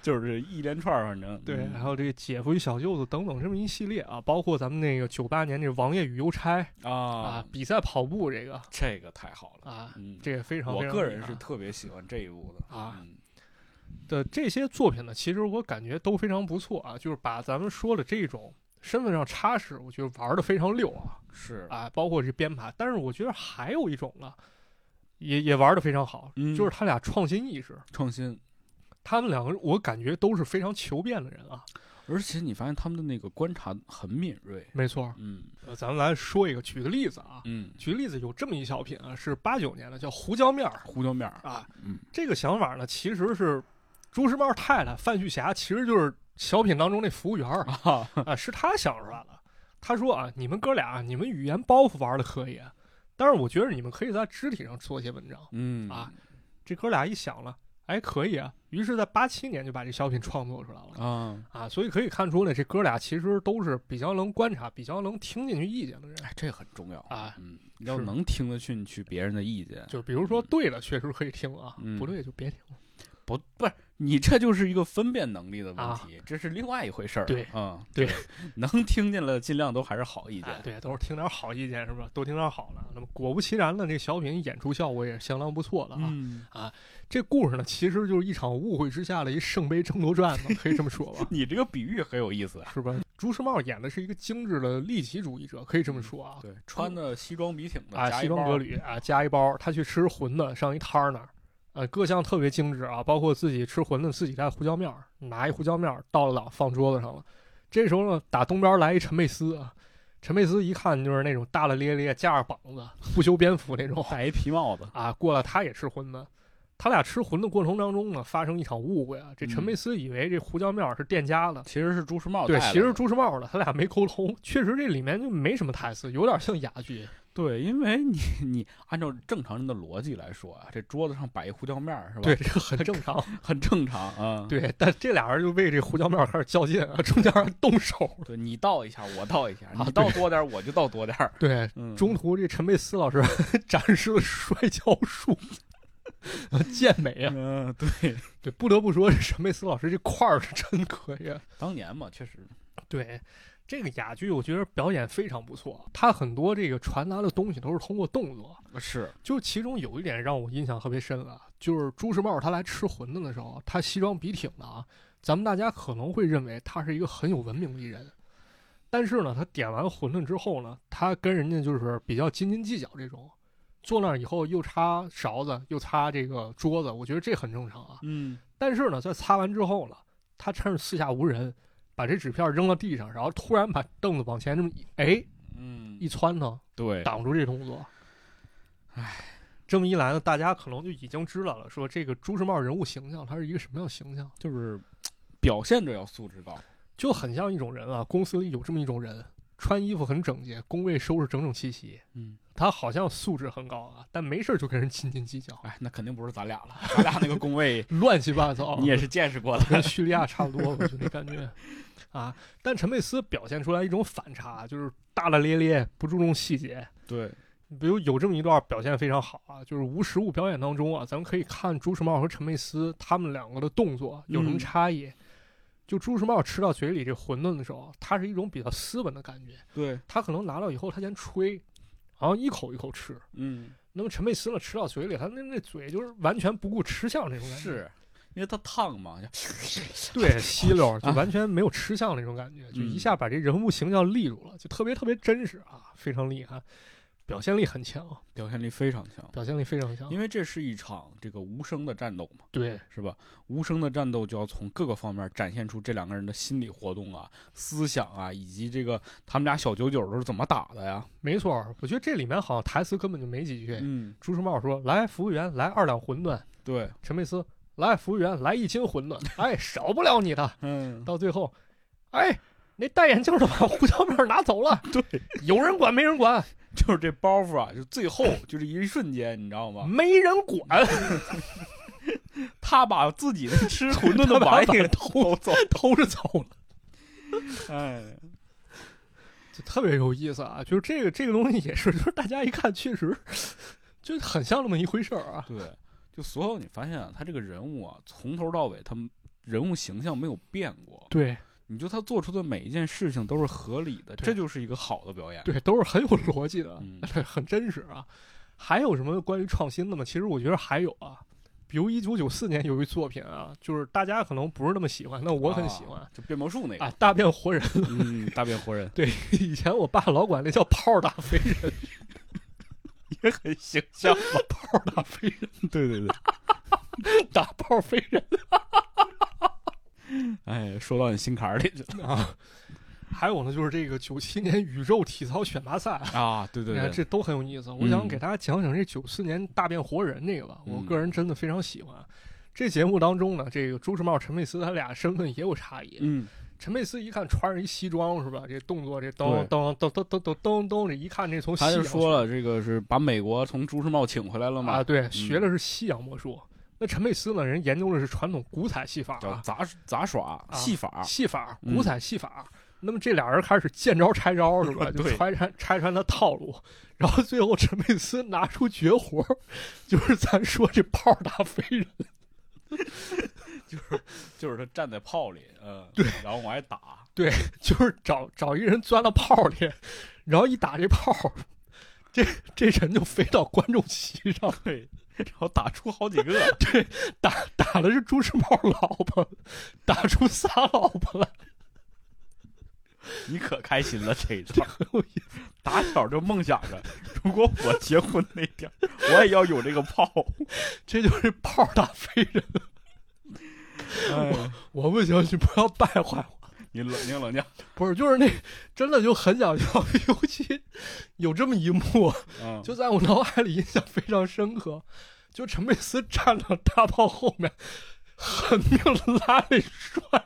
就是一连串儿，反正对，嗯还有这个姐夫与小舅子等等这么一系列啊，包括咱们那个九八年这《王爷与邮差》啊啊，，比赛跑步这个这个太好了，啊，嗯，这个非常我非常个厉人害是特别喜欢这一部的啊嗯的这些作品呢，其实我感觉都非常不错啊，就是把咱们说的这种身份上插实，我觉得玩的非常溜啊是啊，包括这编排，但是我觉得还有一种呢，也也玩的非常好，嗯就是他俩创新意识，创新，他们两个我感觉都是非常求变的人啊，而且你发现他们的那个观察很敏锐，没错，嗯呃，咱们来说一个，举个例子啊，嗯，举个例子有这么一小品啊，是八九年的，叫胡椒面儿胡椒面儿，啊，嗯这个想法呢，其实是朱时茂太太范旭霞，其实就是小品当中那服务员儿啊，啊，是他想出来的。他说啊，你们哥俩啊，你们语言包袱玩的可以，但是我觉得你们可以在肢体上做些文章。嗯啊这哥俩一想了，哎，可以啊，于是，在八七年就把这小品创作出来了啊，啊。所以可以看出呢，这哥俩其实都是比较能观察、比较能听进去意见的人。哎，这很重要啊嗯，要是能听得进去别人的意见，就比如说对了，确实可以听啊，嗯不对就别听了。不不是你这就是一个分辨能力的问啊题，这是另外一回事儿。对嗯，对，能听见了，尽量都还是好意哎见。对，都是听点好意见，是吧？多听点好的。那么果不其然呢，这个小品演出效果也是相当不错的啊。嗯，这故事呢，其实就是一场误会之下的一圣杯争夺战嘛，可以这么说吧。 你这个比喻很有意思。是吧？朱时茂演的是一个精致的利己主义者，可以这么说啊。对，穿的西装笔挺的，啊，夹一西装包革履啊，加一包，他去吃馄饨，上一摊儿那儿，呃，各项特别精致啊，包括自己吃馄饨，自己带胡椒面儿，拿一胡椒面儿到了档放桌子上了。这时候呢，打东边来一陈佩斯啊，陈佩斯一看就是那种大大咧咧、架着膀子、不修边 幅那种戴一皮帽子。啊，过来他也吃馄饨。他俩吃馄饨过程当中呢，发生一场误会啊。这陈嗯佩斯以为这胡椒面儿是店家的，其实是朱时茂对，带其来实的朱时茂的，他俩没沟通，确实这里面就没什么台词，有点像哑剧。对，因为你你按照正常人的逻辑来说啊，这桌子上摆一胡椒面儿是吧？对，，这个很正常。很正常啊。对，但这俩人就为这胡椒面开始较劲啊，中间还动手。对，你倒一下，我倒一下，啊你倒多点儿，我就倒多点儿。对，嗯，中途这陈佩斯老师 展示了摔跤术，健美啊！嗯，对， 对，不得不说，这陈佩斯老师这块儿是真可以啊。当年嘛，确实对，这个哑剧我觉得表演非常不错，他很多这个传达的东西都是通过动作。呃是就其中有一点让我印象特别深了，就是朱时茂他来吃馄饨的时候，他西装笔挺的啊，咱们大家可能会认为他是一个很有文明的一人，但是呢，他点完馄饨之后呢，他跟人家就是比较斤斤计较这种，坐那儿以后又擦勺子又擦这个桌子，我觉得这很正常啊。嗯，但是呢，在擦完之后呢，他趁着四下无人，把这纸片扔到地上，然后突然把凳子往前这么一哎嗯一窜腾，对，挡住这动作。唉，这么一来呢，大家可能就已经知道了，说这个朱时茂人物形象他是一个什么样的形象，就是表现着要素质高，就很像一种人啊。公司里有这么一种人，穿衣服很整洁，工位收拾整整齐齐，嗯，他好像素质很高啊，但没事儿就跟人斤斤计较，哎，那肯定不是咱俩了，咱俩那个工 位乱七八糟。你也是见识过的，跟叙利亚差不多，我觉得感觉啊。但陈佩斯表现出来一种反差，就是大大咧咧，不注重细节，对，比如有这么一段表现非常好啊，就是无实物表演当中啊，咱们可以看朱时茂和陈佩斯他们两个的动作有嗯什么差异。就朱时茂吃到嘴里这馄饨的时候，他是一种比较斯文的感觉，对，他可能拿到以后他先吹，然后一口一口吃。嗯，那么陈佩斯呢，吃到嘴里，他那那嘴就是完全不顾吃相嗯那种感觉，是因为它烫嘛，对吸溜，就啊完全没有吃相那种感觉，就一嗯下把这人物形象立住了，就特别特别真实啊，非常厉害，表现力很强，表现力非常强，表现力非常强因，为这是一场这个无声的战斗嘛，对。是吧？无声的战斗就要从各个方面展现出这两个人的心理活动啊、思想啊，以及这个他们俩小九九都是怎么打的呀？没错儿，我觉得这里面好像台词根本就没几句。嗯，朱时茂说：“来，服务员，来二两馄饨。对，”陈佩斯：“来，服务员，来一斤馄饨。”哎，少不了你的。嗯，到最后，哎，那戴眼镜的把胡椒面儿拿走了。 对，有人管没人管，就是这包袱啊，就最后就这一瞬间，你知道吗？没人管，他把自己 的 吃馄饨他的把玩意碗儿偷走，偷着走了，哎，就特别有意思啊！就是这个这个东西也是，就是大家一看确实 就很像那么一回事儿啊。对，就所有你发现啊，他这个人物啊，从头到尾他人物形象没有变过，对你就他做出的每一件事情都是合理的，对这就是一个好的表演。，对，都是很有逻辑的，嗯对，很真实啊。还有什么关于创新的吗？其实我觉得还有啊，比如一九九四年有一作品啊，就是大家可能不是那么喜欢，那 我很喜欢啊，就变魔术那啊个，，大变活人。 嗯，大变活人对，以前我爸老管那叫炮打飞人， 也很形象。炮打飞人，对对对，打炮飞人 哎，说到你心坎儿里去 了啊。还有呢，就是这个九七年宇宙体操选拔赛，啊！对对你看对，这都很有意思。我想嗯给大家讲讲这九四年大变活人这个吧，我嗯个人真的非常喜欢。这节目当中呢，这个朱时茂、陈佩斯他俩身份也有差异。嗯，陈佩斯一看穿着一西装是吧？这动作这噔对噔噔噔噔噔噔噔，这一看这从西他就洋说了，这个是把美国从朱时茂请回来了啊，嘛，嗯对，学的是西洋魔术。那陈佩斯呢，人研究的是传统古彩戏法叫啊，杂杂耍戏法，戏法嗯古彩戏法。那么这俩人开始见招拆 招是吧？就对拆穿拆穿他套路，然后最后陈佩斯拿出绝活儿，就是咱说这炮打飞人，就是他站在炮里，嗯，对，然后往外打，就是找找一个人钻到炮里，然后一打这炮，这这人就飞到观众席上，对，然后打出好几个，打的是朱时茂老婆，打出仨老婆来，你可开心了这一段，很有意思。打小就梦想着，如果我结婚那天，我也要有这个炮，这就是炮打飞人， 哎，我不行，你不要败坏我。你冷静冷静不是，就是那真的就很想要， 尤其有这么一幕，嗯，就在我脑海里印象非常深刻。就陈佩斯站到大炮后面，狠命拉那栓，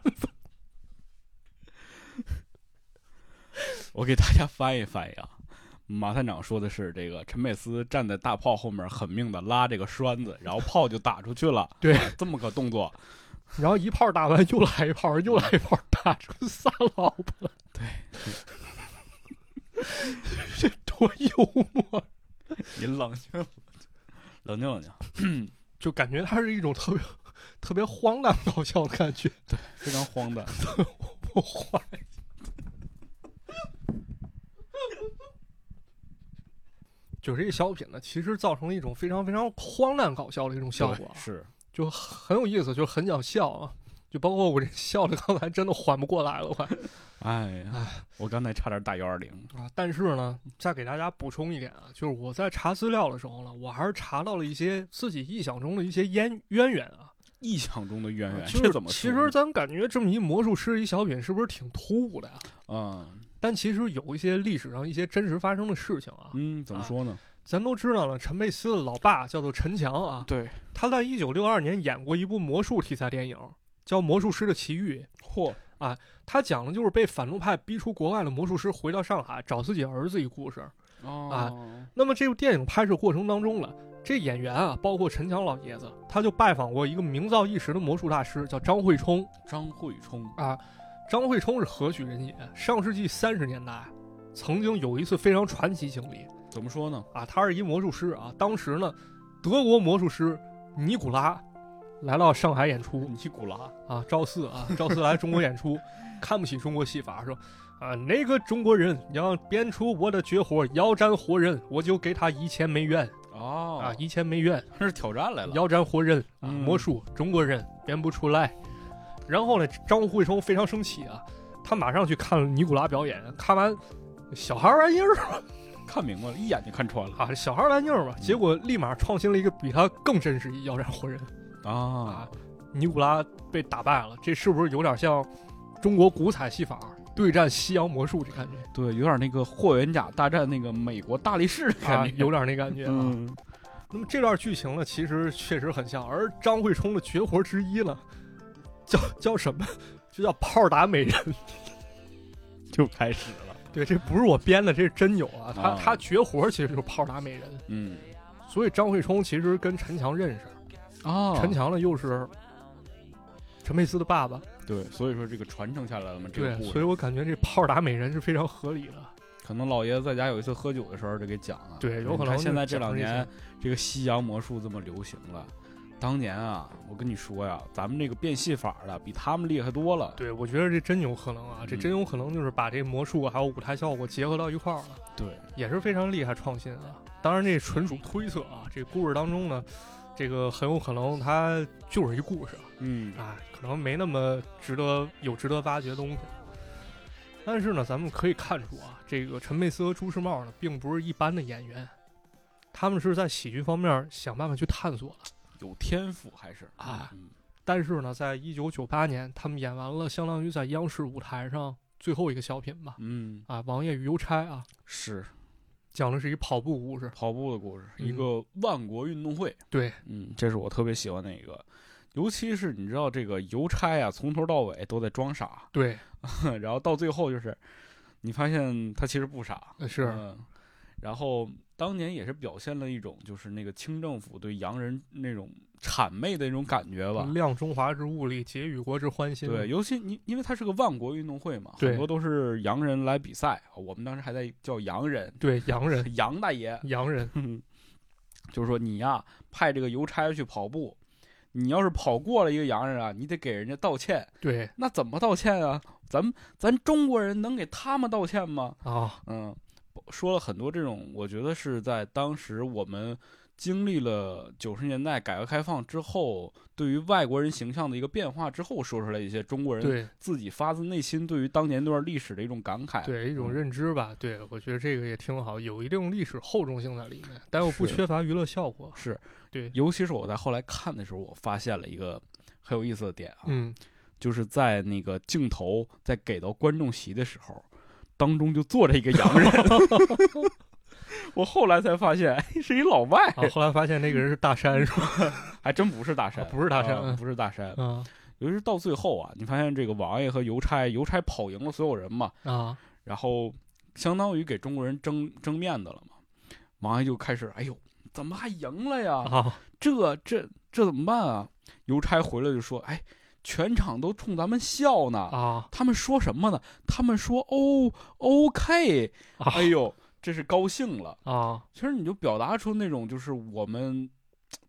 我给大家翻译翻译啊。马探长说的是，这个陈佩斯站在大炮后面，狠命的拉这个栓子，然后炮就打出去了。对啊这么个动作，然后一炮打完又来一炮，又来一炮，打出仨老婆来。对， 这多幽默！你冷静冷冷静冷静，就感觉它是一种特别特别荒诞搞笑的感觉，非常荒诞。我坏。 就是这小品呢，其实造成了一种非常非常荒诞搞笑的一种效果啊对，是，就很有意思，就很想笑啊。就包括我这笑的，刚才真的缓不过来了，快哎呀，我刚才差点打幺二零。啊！但是呢，再给大家补充一点啊，就是我在查资料的时候呢，我还是查到了一些自己臆想中的一些渊渊源啊。意想中的渊源，就是哎这怎么其说呢？实咱感觉这么一魔术师一小品是不是挺突兀的呀、嗯但其实有一些历史上一些真实发生的事情啊，嗯，怎么说呢？咱都知道了。陈佩斯的老爸叫做陈强啊，嗯对，他在一九六二年演过一部魔术题材电影，叫《魔术师的奇遇》。嚯，他讲的就是被反动派逼出国外的魔术师回到上海找自己儿子一故事。哦，那么这部电影拍摄过程当中了，这演员啊，包括陈强老爷子，他就拜访过一个名噪一时的魔术大师，叫张惠冲。张惠冲，啊，张惠冲是何许人也？上世纪三十年代，曾经有一次非常传奇经历怎么说呢？啊，他是一魔术师啊。当时呢，德国魔术师尼古拉来到上海演出尼古拉，啊，赵四啊，赵四来中国演出，看不起中国戏法，说啊，哪个中国人要编出我的绝活，腰斩活人，我就给他一千美元哦啊，一千美元。他是挑战来了，腰斩活人啊，嗯魔术中国人编不出来。然后呢，张惠冲非常生气啊，他马上去看了尼古拉表演，看完小孩玩意儿看明白了，一眼就看穿了啊，这小孩玩意儿吧，结果立马创新了一个比他更真实一腰斩活人啊啊，，尼古拉被打败了，这是不是有点像中国古彩戏法对战西洋魔术这感觉对，有点那个霍元甲大战那个美国大力士的啊感？觉，有点那感觉啊。嗯，那么这段剧情呢，其实确实很像，而张惠冲的绝活之一呢，叫叫什么？ 就叫炮打美人。就开始了，对，这不是我编的，这是真有啊。他、啊他绝活其实就是炮打美人，嗯，所以张惠冲其实跟陈强认识，哦陈强呢又是陈佩斯的爸爸。对，所以说这个传承下来了嘛，这个对，故所以事，我感觉这炮打美人是非常合理的。可能老爷子在家有一次喝酒的时候就给讲了，对有你可能看就现在这讲两这些年这个西洋魔术这么流行了，当年啊，我跟你说呀，咱们这个变戏法的比他们厉害多了。对，我觉得这真有可能啊，这真有可能就是把这魔术还有舞台效果结合到一块儿了，对，也是非常厉害创新啊。当然，这纯属推测啊。这故事当中呢，这个很有可能它就是一故事嗯啊，可能没那么值得有值得挖掘的东西。但是呢，咱们可以看出啊，这个陈佩斯和朱时茂呢，并不是一般的演员，他们是在喜剧方面想办法去探索的。有天赋还是啊嗯但是呢，在一九九八年，他们演完了相当于在央视舞台上最后一个小品吧，嗯，啊，《王爷与邮差》啊，是讲的是一跑步故事。跑步的故事，嗯一个万国运动会。对，嗯，这是我特别喜欢的一个。尤其是你知道这个邮差啊，从头到尾都在装傻， 对，然后到最后就是，你发现他其实不傻，呃是嗯，然后当年也是表现了一种就是那个清政府对洋人那种谄媚的那种感觉吧。量中华之物力，解与国之欢心。对，，尤其你因为它是个万国运动会嘛，对很多都是洋人来比赛，我们当时还在叫洋人，对，洋人，洋大爷，洋人，就是说你呀、派这个邮差去跑步，你要是跑过了一个洋人啊，你得给人家道歉，对那怎么道歉啊？咱们咱中国人能给他们道歉吗？啊，嗯，说了很多这种，我觉得是在当时我们经历了九十年代改革开放之后，对于外国人形象的一个变化之后，说出来一些中国人对自己发自内心对于当年那段历史的一种感慨。对，一种嗯认知吧。对，我觉得这个也挺好，有一定历史厚重性在里面，但又不是啊缺乏娱乐效果。是，对，尤其是我在后来看的时候，我发现了一个很有意思的点啊，嗯，就是在那个镜头在给到观众席的时候，当中就坐着一个洋 人。我后来才发现，哎是一老外，啊，后来发现那个人是大山，是吧？还真不是大山，啊不是大山啊嗯不是大山。啊尤其是到最后啊，你发现这个王爷和邮差，邮差跑赢了所有人嘛，啊，然后相当于给中国人争争面子了嘛。王爷就开始，哎呦，怎么还赢了呀？啊，这这这怎么办啊？邮差回来就说，哎，全场都冲咱们笑呢。啊，他们说什么呢？他们说哦，OK，啊哎呦，这是高兴了。啊，其实你就表达出那种就是我们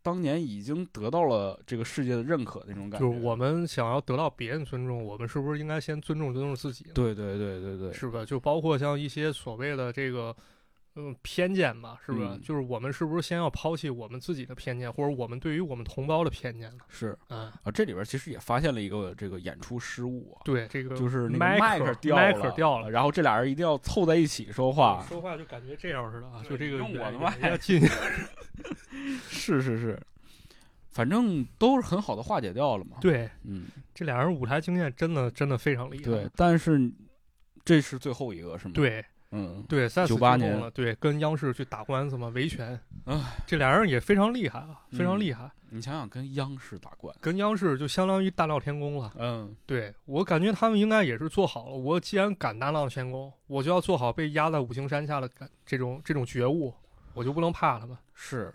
当年已经得到了这个世界的认可的那种就感是觉。我们想要得到别人尊重，我们是不是应该先尊重尊重自己呢？对对对对对，是吧？就包括像一些所谓的这个，嗯，偏见吧，是吧？嗯就是我们是不是先要抛弃我们自己的偏见，或者我们对于我们同胞的偏见呢？是嗯，啊，这里边其实也发现了一个这个演出失误啊，对，这个就是那个麦克掉掉麦了，掉了，然后啊这俩人一定要凑在一起说话。说话就感觉这样似的啊，对就这个用我的远麦 要近，是是是，反正都是很好的化解掉了嘛。，对，嗯，这俩人舞台经验真的真的非常厉害，对，但是这是最后一个是吗？，嗯对嗯，对，在此98之后年呢，对，跟央视去打官司嘛，维权唉，这俩人也非常厉害啊，非常嗯厉害，你想想跟央视打官，跟央视就相当于大闹天宫了。嗯，对我感觉他们应该也是做好了。我既然敢大闹天宫，我就要做好被压在五行山下的感这种这种觉悟，我就不能怕他们。是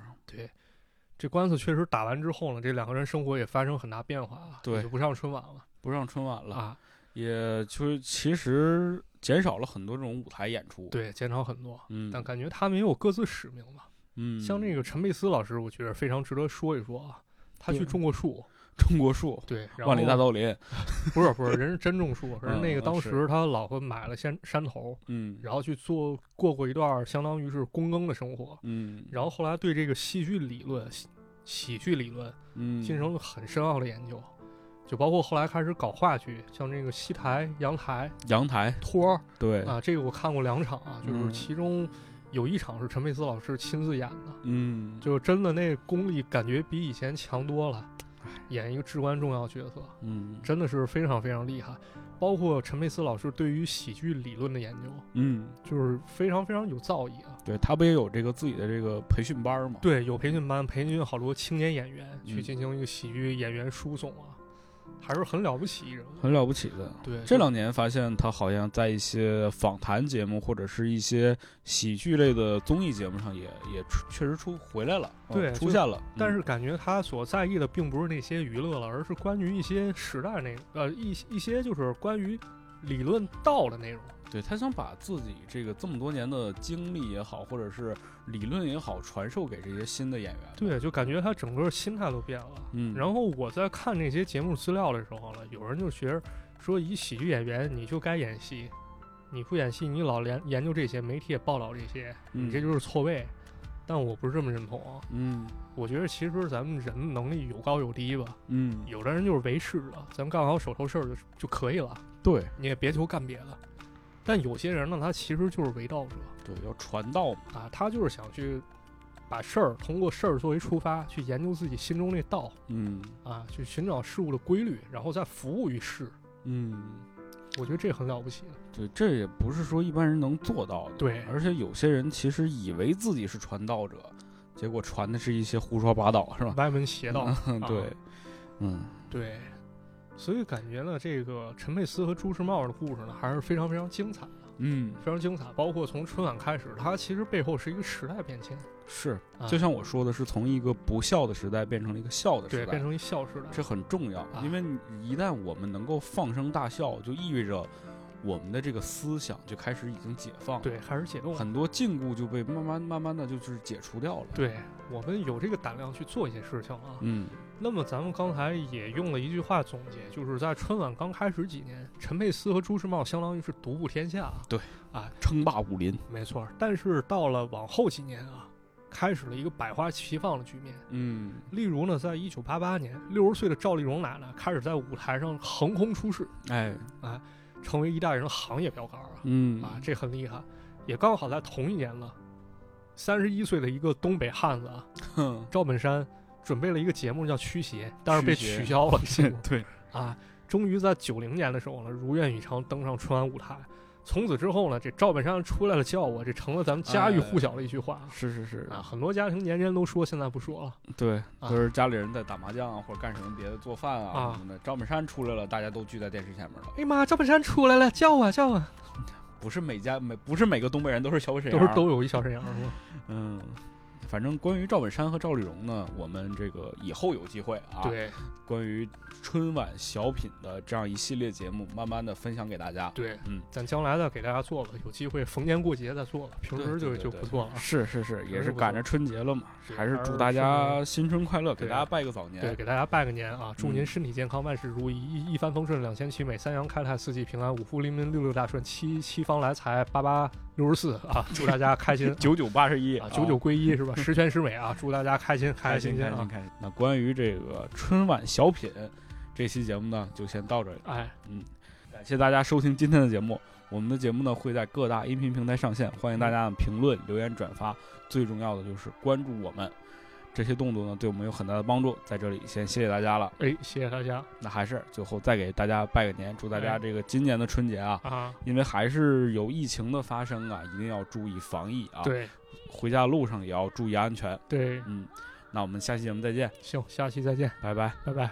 这官司确实打完之后呢，这两个人生活也发生很大变化啊，对也就不上春晚了不上春晚了，啊，也就是其实减少了很多这种舞台演出。，对，减少很多。嗯，但感觉他们也有各自使命吧。嗯，像这个陈佩斯老师，我觉得非常值得说一说啊。他去对种过树，中国树。对，然后万里大道林，不是不是，人是真 种树，人嗯那个嗯当是时他老婆买了山山头，嗯，然后去做过过一段相当于是躬耕的生活，嗯，然后后来对这个戏剧理论、喜喜剧理论嗯，进行了很深奥的研究，就包括后来开始搞话剧，像这个戏台、阳台、阳台，托儿对，啊，这个我看过两场啊，就是嗯其中有一场是陈佩斯老师亲自演的，嗯，就真的那功力感觉比以前强多了，演一个至关重要角色，嗯，真的是非常非常厉害。包括陈佩斯老师对于喜剧理论的研究，嗯，就是非常非常有造诣啊。对他不也有这个自己的这个培训班儿吗？对，有培训班，培训好多青年演员去嗯进行一个喜剧演员输送啊，还是很了不起人物。很了不起的。对，这就两年发现他好像在一些访谈节目或者是一些喜剧类的综艺节目上也也出确实出回来了，嗯对出就现了。但嗯是感觉他所在意的并不是那些娱乐了，而是关于一些时代那个呃一一些就是关于理论到的内容。对他想把自己这个这么多年的经历也好，或者是理论也好，传授给这些新的演员。对，就感觉他整个心态都变了。嗯，然后我在看那些节目资料的时候呢，有人就学说，以喜剧演员你就该演戏，你不演戏，你老研研究这些，媒体也报道这些，嗯你这就是错位。但我不是这么认同啊，嗯我觉得其实咱们人能力有高有低吧，嗯，有的人就是为师了，咱们干好手头事儿就就可以了，对你也别求干别的。但有些人呢，他其实就是为道者，对，要传道嘛。啊，他就是想去把事儿通过事儿作为出发，去研究自己心中那道嗯啊，去寻找事物的规律，然后再服务于事。嗯，我觉得这很了不起的。对，这也不是说一般人能做到的。对而且有些人其实以为自己是传道者，结果传的是一些胡说八道，是吧？歪门邪道，嗯啊对，嗯对。所以感觉呢，这个陈佩斯和朱时茂的故事呢，还是非常非常精彩的，嗯，非常精彩。包括从春晚开始，它其实背后是一个时代变迁，是，啊就像我说的，是从一个不孝的时代变成了一个孝的时对，代，变成一啊笑时代。这很重要，因为你一旦我们能够放声大笑，就意味着我们的这个思想就开始已经解放，，对，还是解冻了。很多禁锢就被慢慢慢慢的就是解除掉了，，对我们有这个胆量去做一些事情啊。嗯那么咱们刚才也用了一句话总结，就是在春晚刚开始几年，陈佩斯和朱时茂相当于是独步天下。啊称霸武林，没错儿，但是到了往后几年啊，开始了一个百花齐放的局面。嗯例如呢，在一九八八年，六十岁的赵丽蓉奶奶开始在舞台上横空出世，哎成为一代人的行业标杆儿啊、嗯啊，这很厉害。也刚好在同一年呢，三十一岁的一个东北汉子啊， 哼赵本山准备了一个节目叫《驱邪》，但是被驱邪取 消了。这个对，啊，终于在九零年的时候呢，如愿以偿登上春晚舞台。从此之后呢，这赵本山出来了叫我，这成了咱们家喻户晓的一句话、哎是是是啊。很多家庭年年都说，现在不说了。对，啊就是家里人在打麻将啊，或者干什么别的做饭啊啊什么的，赵本山出来了，大家都聚在电视前面了，哎呀妈，赵本山出来了，叫我叫我，不是每家每不是每个东北人都是小沈都阳，是都有一小沈阳是吗？嗯，反正关于赵本山和赵丽蓉呢，我们这个以后有机会啊，，对关于春晚小品的这样一系列节目，慢慢的分享给大家。对，嗯咱将来再给大家做吧，有机会逢年过节再做吧，平对时就对对就不做了。啊是是是，也是不错赶着春节了嘛，对还是还是祝大家春新春快乐，给对大家拜个早年。对，给大家拜个年啊！祝嗯您身体健康，万事如意，一一帆风顺，两全其美，三阳开泰，四季平安，五福临门，六六大顺，七七方来财，八八六十四啊！祝大家 开心九九八十一啊，九九归一是吧？十全十美啊！祝大家开心，开开心心开心啊！开心。那关于这个春晚小品这期节目呢，就先到这里，哎，感谢大家收听今天的节目。我们的节目呢会在各大音频平台上线，欢迎大家评论、留言、转发，最重要的就是关注我们。这些动作呢，对我们有很大的帮助。在这里先谢谢大家了。哎，谢谢大家那还是最后再给大家拜个年，祝大家哎这个今年的春节啊，啊！因为还是有疫情的发生啊，一定要注意防疫啊。，对回家路上也要注意安全。对，嗯，那我们下期节目再见，行，下期再见，拜拜。拜拜。